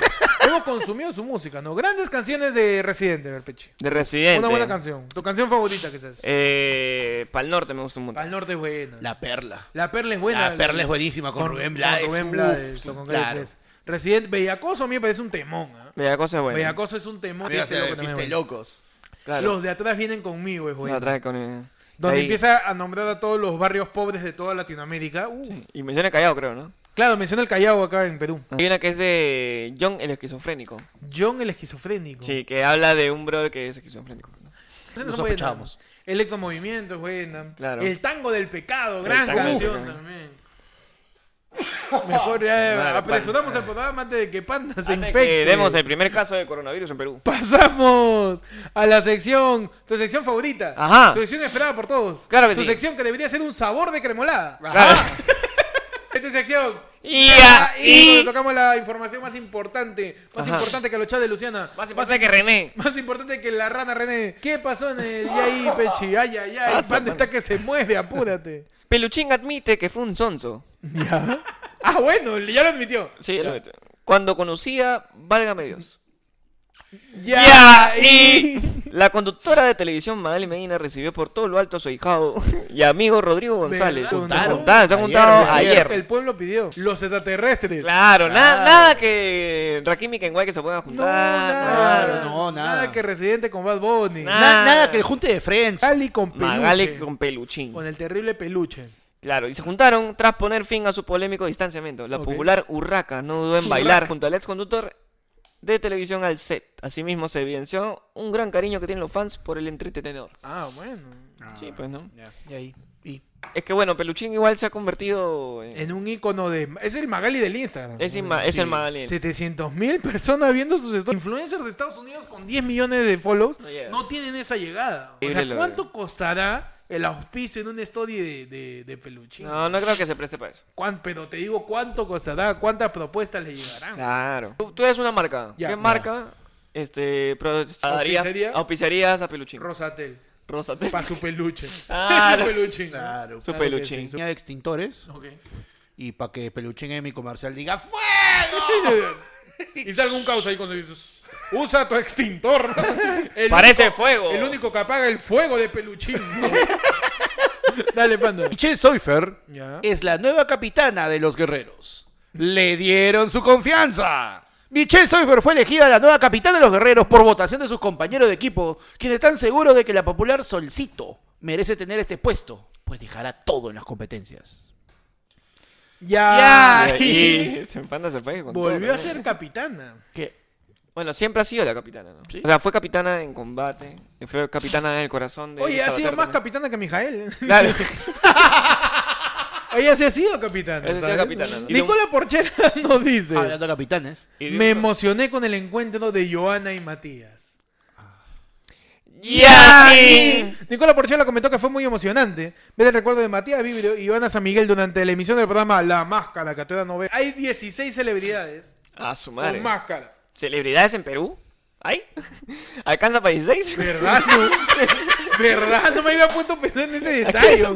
Speaker 1: hemos consumido su música, ¿no? Grandes canciones de Residente, Verpeche.
Speaker 2: De Residente.
Speaker 1: Una buena canción. Tu canción favorita, quizás.
Speaker 2: Eh, Pal Norte me gusta un montón.
Speaker 1: Al norte es buena. La,
Speaker 3: La perla.
Speaker 1: perla es buena.
Speaker 3: la perla es buenísima con, Rubén Blades.
Speaker 1: Con Rubén
Speaker 3: uf,
Speaker 1: Blades. con Calle
Speaker 3: claro.
Speaker 1: 13. Residente. Bellacoso a mí me parece un temón. ¿ah?
Speaker 2: Bella cosa buena.
Speaker 1: Bellacoso es un temón.
Speaker 3: Fíjate,
Speaker 1: Fíjate lo que
Speaker 3: Fiste
Speaker 1: también es bueno.
Speaker 3: locos.
Speaker 2: Claro.
Speaker 1: Los de atrás vienen conmigo, es bueno.
Speaker 2: La trae con el-
Speaker 1: Donde
Speaker 2: ahí.
Speaker 1: empieza a nombrar a todos los barrios pobres de toda Latinoamérica. Uf.
Speaker 2: Y menciona Callao, creo, ¿no?
Speaker 1: Claro, menciona el Callao acá en Perú.
Speaker 2: Hay una que es de John el esquizofrénico.
Speaker 1: John el esquizofrénico.
Speaker 2: Sí, que habla de un brother que es esquizofrénico. ¿no?
Speaker 1: Esas
Speaker 3: Lo
Speaker 1: son buenas.
Speaker 3: sospechábamos.
Speaker 1: Electromovimiento es buena.
Speaker 2: Claro.
Speaker 1: El tango del pecado,
Speaker 2: El
Speaker 1: gran
Speaker 2: tango del
Speaker 1: canción
Speaker 2: pecado.
Speaker 1: también. Mejor ya
Speaker 2: madre,
Speaker 1: apresuramos
Speaker 2: Panda.
Speaker 1: el programa antes de que Panda se
Speaker 2: Antes
Speaker 1: infecte.
Speaker 2: que demos el primer caso de coronavirus en Perú.
Speaker 1: Pasamos a la sección, tu sección favorita.
Speaker 2: Ajá.
Speaker 1: Tu sección esperada por todos.
Speaker 2: Claro que
Speaker 1: tu
Speaker 2: sí.
Speaker 1: sección que debería ser un sabor de cremolada.
Speaker 2: Claro.
Speaker 1: Esta sección.
Speaker 2: Y,
Speaker 1: Ah, y
Speaker 2: y...
Speaker 1: tocamos la información más importante, más
Speaker 2: Ajá.
Speaker 1: importante que los chats de Luciana.
Speaker 2: Más importante que René.
Speaker 1: Más importante que la rana René. ¿Qué pasó en el Yay Pechi? Ay, ay, ay.
Speaker 2: Pasa,
Speaker 1: Panda
Speaker 2: mano.
Speaker 1: está que se mueve, apúrate.
Speaker 2: Peluchín admite que fue un sonso.
Speaker 1: Ah, bueno, ya lo admitió.
Speaker 2: Sí, lo que- Cuando conocía, válgame Dios.
Speaker 1: Ya,
Speaker 2: y... La conductora de televisión Magali Medina recibió por todo lo alto a su hijado y amigo Rodrigo González. Se
Speaker 1: ¿Verdad?
Speaker 2: juntaron, se han
Speaker 3: Ayer,
Speaker 2: juntado
Speaker 3: ayer.
Speaker 2: ayer.
Speaker 1: El pueblo pidió. Los extraterrestres.
Speaker 2: Claro, Nada,
Speaker 3: Claro.
Speaker 2: nada que Rakim y Kenway que se puedan
Speaker 1: No,
Speaker 2: juntar.
Speaker 1: nada,
Speaker 2: nada.
Speaker 3: no, nada.
Speaker 1: Nada que Residente con Bad Bunny.
Speaker 2: Nada.
Speaker 3: Na- nada que el junte de Friends.
Speaker 1: Magali con peluche.
Speaker 2: Magali
Speaker 1: con...
Speaker 2: con Peluchín.
Speaker 1: el terrible peluche.
Speaker 2: Claro, y se juntaron tras poner fin a su polémico distanciamiento. La
Speaker 1: Ok.
Speaker 2: popular Urraca no dudó en bailar junto al ex conductor de televisión al set. Asimismo, se evidenció un gran cariño que tienen los fans por el entretenedor.
Speaker 1: Ah, bueno.
Speaker 2: Sí, pues no.
Speaker 3: Ya.
Speaker 1: Y ahí. y-
Speaker 2: Es que bueno, Peluchín igual se ha convertido en.
Speaker 1: En un icono de. Es el Magali del Instagram.
Speaker 2: es, inma- es el Magdalena.
Speaker 1: 700 mil personas viendo sus stories. Influencers de Estados Unidos con 10 millones de follows
Speaker 2: No llega.
Speaker 1: no tienen esa llegada. O
Speaker 2: Increíble
Speaker 1: sea,
Speaker 2: la
Speaker 1: ¿cuánto costará el auspicio en un story de, de, de peluchín?
Speaker 2: No, no creo que se preste para eso.
Speaker 1: ¿Cuán- pero te digo, ¿cuánto costará? ¿Cuántas propuestas le llegarán?
Speaker 2: Claro. Tú, tú eres una marca.
Speaker 1: Ya,
Speaker 2: ¿Qué
Speaker 1: ya.
Speaker 2: marca este, pro- daría-
Speaker 1: Auspiciaría.
Speaker 2: auspiciarías a Peluchín?
Speaker 1: Rosatel.
Speaker 2: Rosa.
Speaker 1: Para su peluche.
Speaker 2: Claro.
Speaker 1: Su peluchín.
Speaker 3: Claro.
Speaker 2: Ah, Su
Speaker 1: claro que
Speaker 2: peluchín.
Speaker 3: Tenía de extintores
Speaker 1: Ok.
Speaker 3: y para que Peluchín en mi comercial diga ¡Fuego!
Speaker 1: y salga un caos ahí con sus- Usa tu extintor. El
Speaker 2: Parece
Speaker 1: único-
Speaker 2: fuego.
Speaker 1: El único que apaga el fuego de peluchín. Dale, panda.
Speaker 3: Michelle Seufer
Speaker 1: Ya.
Speaker 3: es la nueva capitana de los guerreros. Le dieron su confianza. Michelle Seufer fue elegida la nueva capitana de los guerreros por votación de sus compañeros de equipo, quienes están seguros de que la popular Solcito merece tener este puesto, pues dejará todo en las competencias.
Speaker 1: Ya.
Speaker 2: Y, y se empanda se fue con todo,
Speaker 1: Volvió a
Speaker 2: ¿no?
Speaker 1: ser capitana.
Speaker 3: ¿Qué?
Speaker 2: Bueno, siempre ha sido la capitana, ¿no?
Speaker 3: Sí.
Speaker 2: O sea, fue capitana en combate, fue capitana en el corazón de.
Speaker 1: Oye, ha sido
Speaker 2: Sabater
Speaker 1: más
Speaker 2: también.
Speaker 1: capitana que Mijael.
Speaker 2: Claro.
Speaker 1: Ella sí ha sido capitana.
Speaker 2: Ella sí ha
Speaker 1: ¿sabes?
Speaker 2: sido capitana, ¿no? Ah,
Speaker 1: Nicola Porchela nos dice.
Speaker 3: Hablando de capitanes.
Speaker 2: Y de-
Speaker 1: Me emocioné con el encuentro de Joana y Matías.
Speaker 2: ¡Yami!
Speaker 1: Nicola Porchela comentó que fue muy emocionante ver el recuerdo de Matías Vibrio y Joana San Miguel durante la emisión del programa La Máscara, que todavía no ve. Hay 16 celebridades
Speaker 2: A su
Speaker 1: con
Speaker 2: madre.
Speaker 1: máscara.
Speaker 2: ¿Celebridades en Perú? ¿Ay? ¿Alcanza para 16?
Speaker 1: ¿Verdad? No, ¿Verdad? No me había puesto a pensar en ese detalle.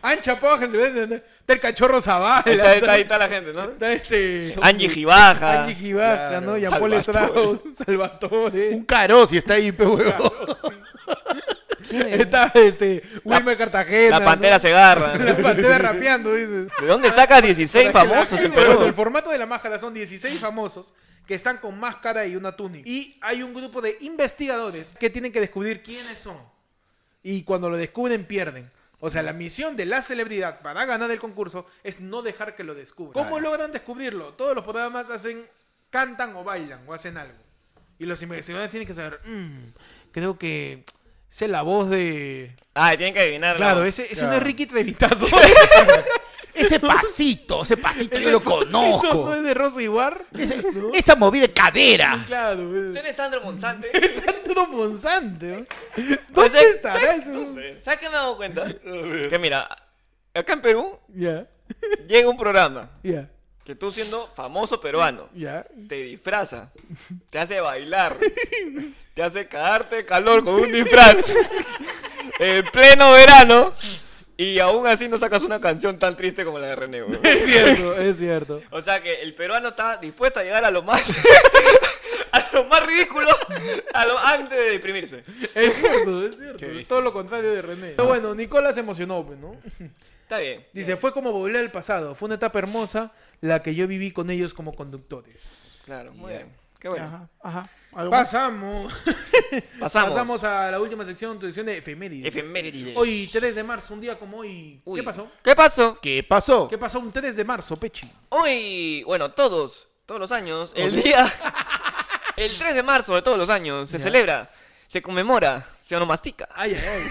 Speaker 1: Han chapado a gente. Está el cachorro Zavala.
Speaker 2: Ahí está, está- ahí está la gente, ¿no?
Speaker 1: Está este.
Speaker 2: Angie Gibaja.
Speaker 1: Angie Gibaja,
Speaker 3: Claro.
Speaker 1: ¿no? Jean-Paul
Speaker 2: Salvatore.
Speaker 1: Estrado, Salvatore.
Speaker 3: Un caro si está ahí, pe huevón.
Speaker 1: Está este. Wilmer Cartagena.
Speaker 2: La pantera
Speaker 1: ¿no?
Speaker 2: se agarra.
Speaker 1: La
Speaker 2: ¿De
Speaker 1: pantera rapeando, dices.
Speaker 2: dónde sacas 16
Speaker 1: Para que la
Speaker 2: famosos en
Speaker 1: gente- bueno, El
Speaker 2: Perú?
Speaker 1: formato de la máscara son 16 famosos que están con máscara y una túnica. Y hay un grupo de investigadores que tienen que descubrir quiénes son. Y cuando lo descubren, pierden. O sea, la misión de la celebridad para ganar el concurso es no dejar que lo descubran. ¿Cómo
Speaker 3: Claro.
Speaker 1: logran descubrirlo? Todos los programas hacen, cantan o bailan o hacen algo. Y los investigadores tienen que saber, "Mm, creo que sé la voz de...
Speaker 2: Ah, tienen que adivinar. la
Speaker 1: Claro,
Speaker 2: voz.
Speaker 1: ese, ese
Speaker 3: Claro.
Speaker 1: no es Ricky Trevitazo.
Speaker 3: Ese pasito, ese pasito yo lo
Speaker 1: Eso no
Speaker 3: conozco.
Speaker 1: es de Rosa Iguar. ¿no?
Speaker 3: Esa movida de cadera.
Speaker 1: Claro, es-
Speaker 2: ¿Ese no es Sandro Monsanto?
Speaker 1: es Sandro Monsanto.
Speaker 2: Pues,
Speaker 1: ¿Dónde
Speaker 2: eh,
Speaker 1: estará
Speaker 2: ¿sabes-
Speaker 1: eso?
Speaker 2: no sé. ¿Sabes qué me he dado cuenta? que mira, acá en Perú
Speaker 1: Ya,
Speaker 2: llega un programa
Speaker 1: ya,
Speaker 2: que tú siendo famoso peruano
Speaker 1: ya.
Speaker 2: te disfraza, te hace bailar, te hace cagarte de calor con un disfraz en pleno verano y aún así no sacas una canción tan triste como la de René. weón.
Speaker 1: Es cierto, eh. es cierto.
Speaker 2: O sea que el peruano está dispuesto a llegar a lo más a lo más ridículo a lo antes de deprimirse.
Speaker 1: Es cierto, es cierto.
Speaker 3: Qué
Speaker 1: Es todo lo contrario de René. Pero bueno, Nicola se emocionó, pues, ¿no?
Speaker 2: Está bien.
Speaker 1: Dice, fue como volver al pasado. Fue una etapa hermosa la que yo viví con ellos como conductores.
Speaker 2: Claro, muy bien. Qué bueno.
Speaker 3: ajá. ¿Algo más?
Speaker 1: Pasamos.
Speaker 2: Pasamos.
Speaker 1: Pasamos a la última sección, tu sección de efemérides.
Speaker 2: Efemérides.
Speaker 1: Hoy, 3 de marzo, un día como hoy.
Speaker 2: Uy.
Speaker 1: ¿Qué pasó?
Speaker 2: ¿Qué pasó?
Speaker 3: ¿Qué pasó?
Speaker 1: ¿Qué pasó un 3 de marzo, Pechi?
Speaker 2: Hoy, bueno, todos, todos los años, el día, el 3 de marzo de todos los años, se celebra, se conmemora, se onomastica,
Speaker 1: Ay, ay, ay.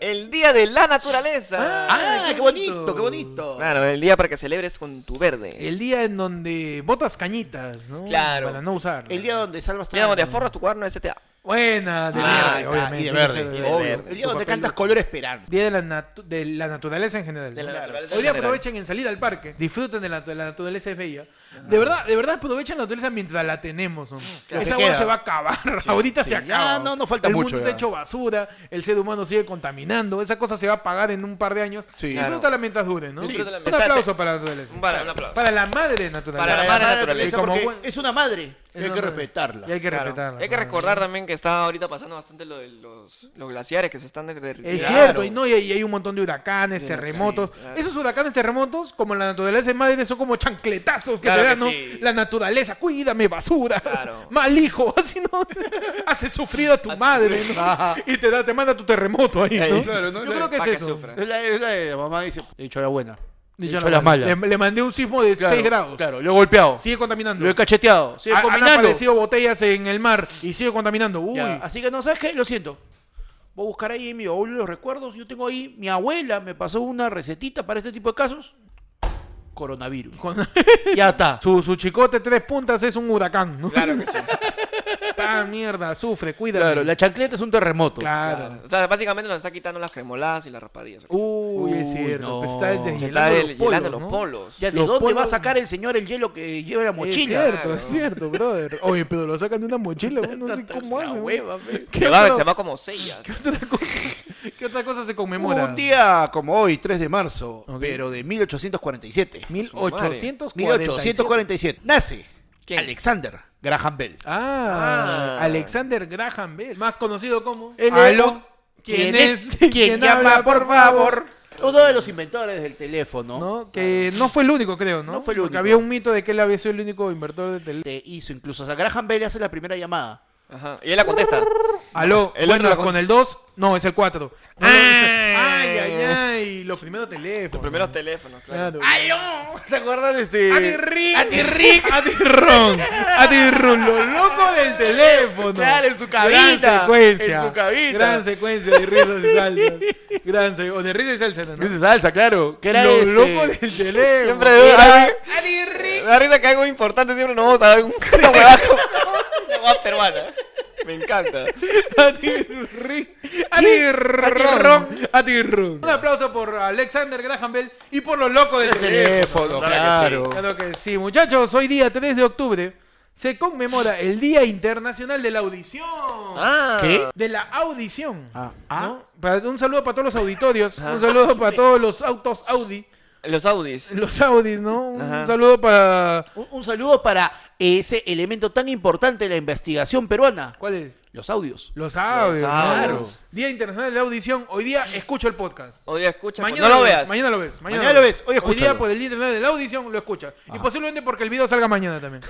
Speaker 2: el Día de la Naturaleza.
Speaker 3: Ah,
Speaker 1: Ay,
Speaker 3: qué bonito, qué bonito.
Speaker 2: Claro, el día para que celebres con tu verde.
Speaker 1: El día en donde botas cañitas, ¿no?
Speaker 2: Claro.
Speaker 1: Para no usar.
Speaker 3: El día donde salvas tu
Speaker 2: Día donde
Speaker 3: alma.
Speaker 2: aforras tu cuaderno de STA.
Speaker 1: Buena, de
Speaker 3: Ah,
Speaker 1: verde,
Speaker 3: está,
Speaker 1: obviamente.
Speaker 3: Y de
Speaker 1: tiene que
Speaker 3: verde,
Speaker 1: ser
Speaker 2: y
Speaker 1: de
Speaker 2: de
Speaker 1: verde.
Speaker 2: verde.
Speaker 3: El día
Speaker 1: Tu
Speaker 3: donde
Speaker 1: papel
Speaker 3: cantas
Speaker 1: de-
Speaker 3: color esperanza.
Speaker 1: Día de la, natu- de la naturaleza en general.
Speaker 2: De la
Speaker 1: Claro.
Speaker 2: naturaleza
Speaker 1: Hoy
Speaker 2: en
Speaker 1: día
Speaker 2: general.
Speaker 1: aprovechen en salir al parque. Disfruten de la, de la naturaleza, es bella. De verdad, de verdad aprovechen la naturaleza mientras la tenemos. ¿no?
Speaker 3: Claro.
Speaker 1: Esa
Speaker 3: Se
Speaker 1: agua
Speaker 3: queda.
Speaker 1: se va a acabar. Ahorita
Speaker 3: sí,
Speaker 1: se
Speaker 3: ya
Speaker 1: acaba.
Speaker 3: no- no falta
Speaker 1: el
Speaker 3: mucho,
Speaker 1: mundo
Speaker 3: ya.
Speaker 1: está hecho basura. El ser humano sigue contaminando. Esa cosa se va a pagar en un par de años.
Speaker 3: Sí.
Speaker 1: Disfrútala mientras dure, ¿no?
Speaker 2: Sí. Disfrútala
Speaker 1: Un
Speaker 2: mientras-
Speaker 1: aplauso para la naturaleza.
Speaker 2: Un para- un aplauso.
Speaker 1: Para la madre naturaleza.
Speaker 2: Para la madre naturaleza,
Speaker 1: Y como
Speaker 3: porque
Speaker 1: buen-
Speaker 3: es una madre. y
Speaker 1: Es
Speaker 3: hay
Speaker 1: una
Speaker 3: que
Speaker 1: madre.
Speaker 3: respetarla.
Speaker 1: Y hay que
Speaker 2: Claro.
Speaker 1: respetarla.
Speaker 2: Y Hay que
Speaker 1: ¿no?
Speaker 2: recordar también que está ahorita pasando bastante lo de los, los glaciares que se están derritiendo.
Speaker 1: Es
Speaker 3: Claro.
Speaker 1: cierto, y, no, y, y hay un montón de huracanes,
Speaker 2: Sí,
Speaker 1: terremotos.
Speaker 2: sí, claro.
Speaker 1: Esos huracanes, terremotos, como la naturaleza en Madrid, son como chancletazos que te
Speaker 2: Claro que
Speaker 1: dan, ¿no?
Speaker 2: sí.
Speaker 1: La naturaleza, cuídame, basura.
Speaker 2: Claro.
Speaker 1: Mal hijo, así no. Hace sufrir a tu madre, ¿no?
Speaker 3: Ajá.
Speaker 1: Y te, da, te manda tu terremoto ahí,
Speaker 2: Ahí.
Speaker 1: ¿no?
Speaker 3: Claro, ¿no?
Speaker 1: Yo creo que es
Speaker 2: Pa' que
Speaker 1: eso.
Speaker 2: sufra.
Speaker 3: Es la, es la- la mamá dice, he dicho la buena.
Speaker 1: Dicho
Speaker 3: hecho
Speaker 1: la
Speaker 3: las
Speaker 1: mala.
Speaker 3: malas.
Speaker 1: Le, le mandé un sismo de
Speaker 3: Claro,
Speaker 1: 6 grados.
Speaker 3: Claro, lo he golpeado.
Speaker 1: Sigue contaminando.
Speaker 3: Lo he cacheteado. Sigue
Speaker 1: Ha- han
Speaker 3: combinando.
Speaker 1: aparecido botellas en el mar y sigue contaminando. Uy.
Speaker 3: Ya, Así que no sabes qué, lo siento. Voy a buscar ahí en mi baúl los recuerdos. Yo tengo ahí, mi abuela me pasó una recetita para este tipo de casos. Coronavirus.
Speaker 1: Con-
Speaker 3: ya está.
Speaker 1: su, su chicote tres puntas es un huracán, ¿no?
Speaker 2: Claro que sí.
Speaker 1: Ah, mierda, sufre, cuídate.
Speaker 3: Claro, la chancleta es un terremoto.
Speaker 1: Claro.
Speaker 2: Claro. O sea, básicamente nos está quitando las cremoladas y las raspadillas.
Speaker 1: Uy, es
Speaker 3: Uy,
Speaker 1: cierto.
Speaker 3: no.
Speaker 1: pues está el
Speaker 2: Se está
Speaker 1: deshielando
Speaker 2: el- llenando
Speaker 1: ¿no?
Speaker 2: los polos.
Speaker 3: Ya, ¿De
Speaker 1: Los
Speaker 3: dónde va a
Speaker 1: polvos-
Speaker 3: sacar el señor el hielo que lleva la mochila?
Speaker 1: Es cierto,
Speaker 2: Claro.
Speaker 1: es cierto, brother. Oye, pero lo sacan de una mochila, güey, no sé
Speaker 3: Tanta-
Speaker 1: cómo
Speaker 3: la
Speaker 1: hacen. güey.
Speaker 3: hueva, fe.
Speaker 1: ¿Qué
Speaker 2: Se va,
Speaker 1: otra-
Speaker 2: se va como sellas.
Speaker 1: ¿Qué otra cosa, qué otra cosa se conmemora?
Speaker 3: Un día como hoy, 3 de marzo,
Speaker 1: Ok.
Speaker 3: pero de 1847.
Speaker 1: 1847.
Speaker 3: 1847. Nace
Speaker 2: ¿Quién?
Speaker 3: Alexander Graham Bell.
Speaker 1: Ah,
Speaker 2: Ah.
Speaker 1: Alexander Graham Bell, más conocido como
Speaker 3: El-
Speaker 1: Aló.
Speaker 3: ¿Quién es? ¿Quién llama, por favor? Uno de los inventores del teléfono
Speaker 1: ¿No? Que no fue el único, creo, ¿no?
Speaker 3: No fue el
Speaker 1: Porque
Speaker 3: único.
Speaker 1: había un mito de que él había sido el único inventor de teléfono.
Speaker 3: te hizo incluso. O sea, Graham Bell hace la primera llamada.
Speaker 2: Ajá. Y él la contesta.
Speaker 1: Aló,
Speaker 2: el
Speaker 1: bueno,
Speaker 2: otro la
Speaker 1: con el 2, no, es el 4. Ay, ay, ay, los primeros teléfonos.
Speaker 2: Los primeros teléfonos, claro.
Speaker 1: Claro.
Speaker 3: ¡Aló! ¿Te acuerdas de este?
Speaker 1: Atirrin.
Speaker 3: Atirrin.
Speaker 1: Atirrón. Atirrón. Lo loco del teléfono.
Speaker 3: Claro, en su
Speaker 1: Gran
Speaker 3: cabina,
Speaker 1: secuencia.
Speaker 3: en su cabina.
Speaker 1: Gran secuencia de risas y salsas. Gran secuencia. O de risas y salsas, ¿no?
Speaker 3: Luis Salsa, claro. Que era
Speaker 1: Lo
Speaker 3: este?
Speaker 1: loco del teléfono.
Speaker 2: Siempre
Speaker 1: Era-
Speaker 2: Ay, Me da risa que algo importante siempre nos vamos a dar un una huevada como- una huevada peruana. Me encanta.
Speaker 1: Atirrin. Atirrón. Atirrón. Un aplauso por Alexander Graham Bell y por lo loco del
Speaker 3: El
Speaker 1: teléfono.
Speaker 3: teléfono,
Speaker 2: Claro
Speaker 3: claro.
Speaker 1: Claro que sí, muchachos. Hoy día 3 de octubre se conmemora el Día Internacional de la Audición.
Speaker 2: Ah.
Speaker 3: ¿Qué?
Speaker 1: de la audición.
Speaker 3: Ah, ah.
Speaker 1: ¿no? Para- un saludo para todos los auditorios, un saludo para todos los autos Audi,
Speaker 2: Los Audis.
Speaker 1: los Audis, ¿no? Un
Speaker 2: Ajá.
Speaker 1: saludo para
Speaker 3: Un, un saludo para ese elemento tan importante de la investigación peruana.
Speaker 1: ¿cuál es?
Speaker 3: Los audios.
Speaker 1: Los Audis.
Speaker 2: audios.
Speaker 1: ¿no? Día Internacional de la Audición. Hoy día escucho el podcast.
Speaker 2: Hoy día escucha. pues,
Speaker 1: Mañana
Speaker 2: no lo veas.
Speaker 1: Mañana lo ves.
Speaker 3: Mañana lo ves, hoy
Speaker 1: Hoy
Speaker 3: escúchalo.
Speaker 1: día por el Día Internacional de la Audición lo escuchas. Y posiblemente porque el video salga mañana también.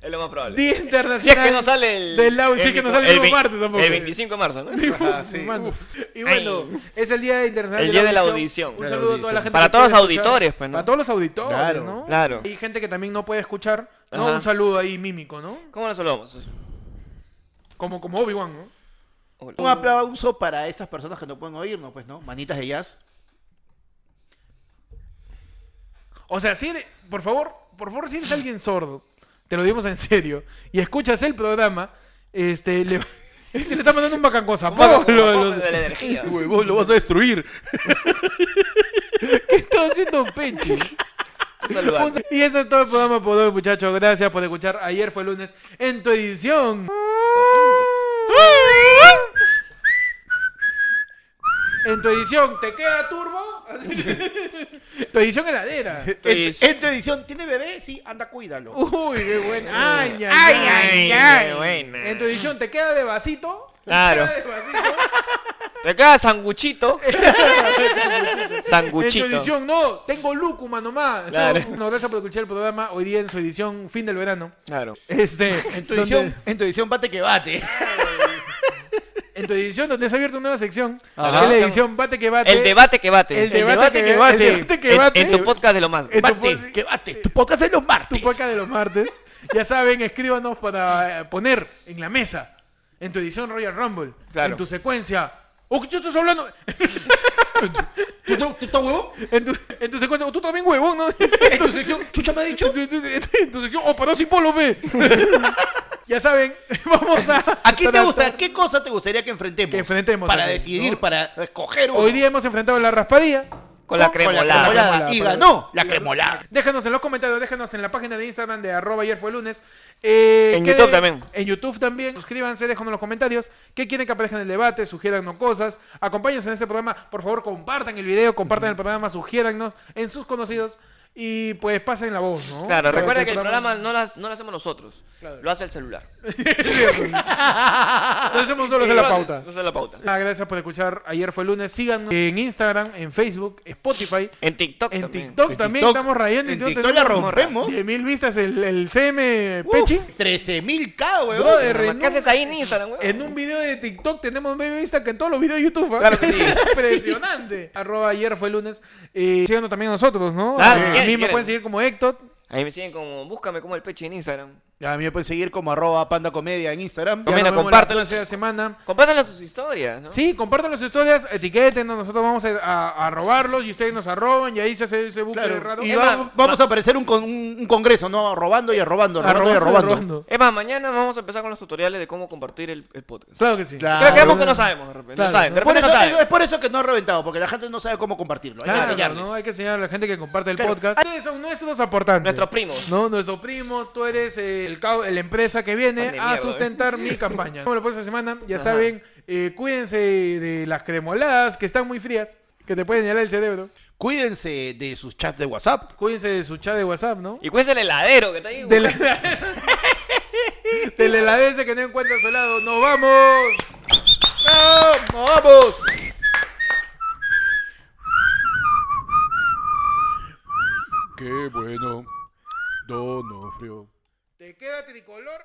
Speaker 2: Es lo más probable.
Speaker 1: Día
Speaker 2: si es
Speaker 1: Internacional
Speaker 2: que no sale el.
Speaker 1: de la Audición. Si es que no sale el,
Speaker 2: vein-
Speaker 1: martes tampoco.
Speaker 2: El 25 de marzo, ¿no?
Speaker 1: Mano. Y bueno, es el Día Internacional
Speaker 2: El
Speaker 1: de,
Speaker 2: Día de
Speaker 1: la
Speaker 2: la
Speaker 1: Audición.
Speaker 2: Audición.
Speaker 1: Un
Speaker 3: De la
Speaker 1: saludo a toda la
Speaker 3: audición.
Speaker 1: gente.
Speaker 2: Para
Speaker 1: que puede
Speaker 2: todos los
Speaker 1: escuchar.
Speaker 2: auditores, pues, ¿no?
Speaker 1: Para todos los auditores,
Speaker 3: Claro.
Speaker 1: ¿no?
Speaker 2: Claro.
Speaker 1: Y gente que también no puede escuchar. ¿no?
Speaker 2: Ajá.
Speaker 1: Un saludo ahí mímico, ¿no?
Speaker 2: ¿Cómo lo saludamos?
Speaker 1: Como, como Obi-Wan, ¿no?
Speaker 2: Hola.
Speaker 3: Un aplauso para estas personas que no pueden oírnos, pues, ¿no? Manitas de jazz.
Speaker 1: O sea, si eres- por favor, por favor, si eres alguien sordo, te lo dimos en serio, y escuchas el programa, este, le, se le está mandando un bacancosa.
Speaker 2: Vamos,
Speaker 1: Pablo,
Speaker 2: vamos,
Speaker 1: los-
Speaker 2: de la energía.
Speaker 3: vos lo vas a destruir.
Speaker 1: ¿Qué está haciendo Pechi?
Speaker 2: Saludar.
Speaker 1: Y eso es todo el programa por hoy, muchachos. Gracias por escuchar. Ayer fue lunes en tu edición. En tu edición, ¿te queda turbo? tu edición heladera.
Speaker 2: Pues-
Speaker 3: En tu edición, ¿tiene bebé? Sí, anda, cuídalo.
Speaker 1: Uy, qué buena. Ay, ay, ay.
Speaker 2: ay, buena.
Speaker 1: En tu edición, ¿te queda de vasito?
Speaker 2: Claro.
Speaker 1: ¿Te queda de vasito?
Speaker 2: Te queda sanguchito.
Speaker 1: En su
Speaker 2: sanguchito.
Speaker 1: edición, no, tengo lúcuma nomás.
Speaker 2: Claro.
Speaker 1: No, no, gracias por escuchar el programa hoy día en su edición, fin del verano.
Speaker 2: Claro.
Speaker 1: Este,
Speaker 3: En tu
Speaker 1: donde-
Speaker 3: edición, en tu edición, bate que bate.
Speaker 1: en tu edición, donde se ha abierto una nueva sección,
Speaker 3: Ajá.
Speaker 1: que es la edición Bate que Bate.
Speaker 2: El debate que bate.
Speaker 1: El debate que bate. El debate que
Speaker 2: En-
Speaker 1: bate.
Speaker 2: En, tu podcast de lo más.
Speaker 1: En tu
Speaker 2: Bate.
Speaker 1: pod-
Speaker 3: que bate. Tu podcast de los martes.
Speaker 1: Tu podcast de los martes. Ya saben, escríbanos para eh, poner en la mesa, en tu edición Royal Rumble,
Speaker 2: Claro.
Speaker 1: en tu secuencia. ¡Oh, yo estás hablando!
Speaker 3: ¿Tú, tú, tú estás huevón?
Speaker 1: En tu, en tu secuencia, tú también, huevón, ¿no?
Speaker 3: En tu sección, chucha me ha dicho.
Speaker 1: En tu- en tu- en tu sección, ¡oh, paró sin polo, ve! ya saben, vamos a.
Speaker 3: ¿A quién te
Speaker 1: tratar-
Speaker 3: gusta? ¿Qué cosa te gustaría que enfrentemos?
Speaker 1: Que enfrentemos,
Speaker 3: Para
Speaker 1: ajá,
Speaker 3: decidir,
Speaker 1: ¿no?
Speaker 3: para escoger uno.
Speaker 1: Hoy día hemos enfrentado la raspadilla.
Speaker 2: Con la
Speaker 3: con la
Speaker 2: cremolada.
Speaker 3: cremolada. Y
Speaker 1: Para-
Speaker 3: ganó la cremolada.
Speaker 1: Déjanos en los comentarios, déjanos en la página de Instagram de arroba ayer fue lunes. Eh,
Speaker 2: En
Speaker 1: ¿qué
Speaker 2: YouTube también.
Speaker 1: En YouTube también. Suscríbanse, déjanos en los comentarios qué quieren que aparezca en el debate, sugiérannos cosas. Acompáñenos en este programa. Por favor, compartan el video, compartan el programa, sugiérannos en sus conocidos y pues pasen la voz, ¿no?
Speaker 2: Claro,
Speaker 1: Para
Speaker 2: recuerda que el programa no, las- no lo hacemos nosotros.
Speaker 1: Claro.
Speaker 2: Lo hace el celular.
Speaker 1: Nos hacemos solos en la pauta.
Speaker 2: Esa es la pauta.
Speaker 1: Ah, gracias por escuchar. Ayer fue lunes. Síganos en Instagram, en Facebook, Spotify,
Speaker 2: En TikTok
Speaker 1: en
Speaker 2: también.
Speaker 1: TikTok también
Speaker 3: TikTok.
Speaker 1: estamos rayando.
Speaker 3: En TikTok la rompemos.
Speaker 1: 10 mil vistas el, el CM
Speaker 3: Uf,
Speaker 1: Pechi.
Speaker 3: 13.000K,
Speaker 1: Brother,
Speaker 3: weón.
Speaker 2: Mamá,
Speaker 1: Renuncia.
Speaker 2: ¿Qué haces ahí en Instagram, weón?
Speaker 1: En un video de TikTok tenemos más vistas que en todos los videos de YouTube. ¿ah?
Speaker 2: Claro que
Speaker 1: es
Speaker 2: sí.
Speaker 1: impresionante. Arroba ayer fue lunes. Eh, síganos también a nosotros, ¿no? Eh,
Speaker 2: Ah,
Speaker 1: a mí
Speaker 2: si quieren, si
Speaker 1: me
Speaker 2: quieren.
Speaker 1: pueden seguir como Hector.
Speaker 2: Ahí me siguen como, búscame como el pecho en Instagram.
Speaker 3: A mí me pueden seguir como arroba panda comedia en Instagram.
Speaker 2: Comenta,
Speaker 1: Ya nos vemos la
Speaker 2: compártelo.
Speaker 1: próxima semana.
Speaker 2: Compártanlo sus historias, ¿no?
Speaker 1: Sí, compartan las historias, etiquétenos, nosotros vamos a, a- a robarlos y ustedes nos arroban y ahí se hace ese bucle
Speaker 3: Claro.
Speaker 1: raro.
Speaker 3: Y
Speaker 2: Emma,
Speaker 3: vamos, vamos a aparecer un, con- un- un congreso, ¿no? Robando y arrobando, robando y
Speaker 1: Arrobando,
Speaker 3: arrobando.
Speaker 1: arrobando.
Speaker 2: Es más, mañana vamos a empezar con los tutoriales de cómo compartir el, el podcast.
Speaker 1: Claro que sí.
Speaker 3: Claro.
Speaker 2: Creo que vemos que no sabemos, de repente.
Speaker 1: Claro.
Speaker 2: no saben, de
Speaker 3: Por
Speaker 2: repente
Speaker 3: eso,
Speaker 2: no saben.
Speaker 3: es por eso que no ha reventado, porque la gente no sabe cómo compartirlo. Hay que
Speaker 1: Claro,
Speaker 3: enseñarles.
Speaker 1: ¿no? Hay que enseñar a la gente que comparte el
Speaker 3: Claro.
Speaker 1: podcast. Ustedes son nuestros aportantes.
Speaker 2: Nuestros primos.
Speaker 1: No, nuestro primo, tú eres eh, el cabo- la empresa que viene
Speaker 2: Hombre,
Speaker 1: a
Speaker 2: Ah, mierda, ¿eh?
Speaker 1: sustentar mi campaña. Bueno, por esta semana, ya
Speaker 2: Ajá.
Speaker 1: saben, eh, cuídense de las cremoladas que están muy frías, que te pueden llenar el cerebro.
Speaker 3: Cuídense de sus chats de WhatsApp.
Speaker 1: Cuídense de su chat de WhatsApp, ¿no?
Speaker 2: Y cuídense el heladero que está ahí.
Speaker 1: Del del heladese que no encuentra su lado. ¡Nos vamos!
Speaker 3: ¡Vamos!
Speaker 5: Qué bueno, Donofrio.
Speaker 1: ¿Te queda tricolor?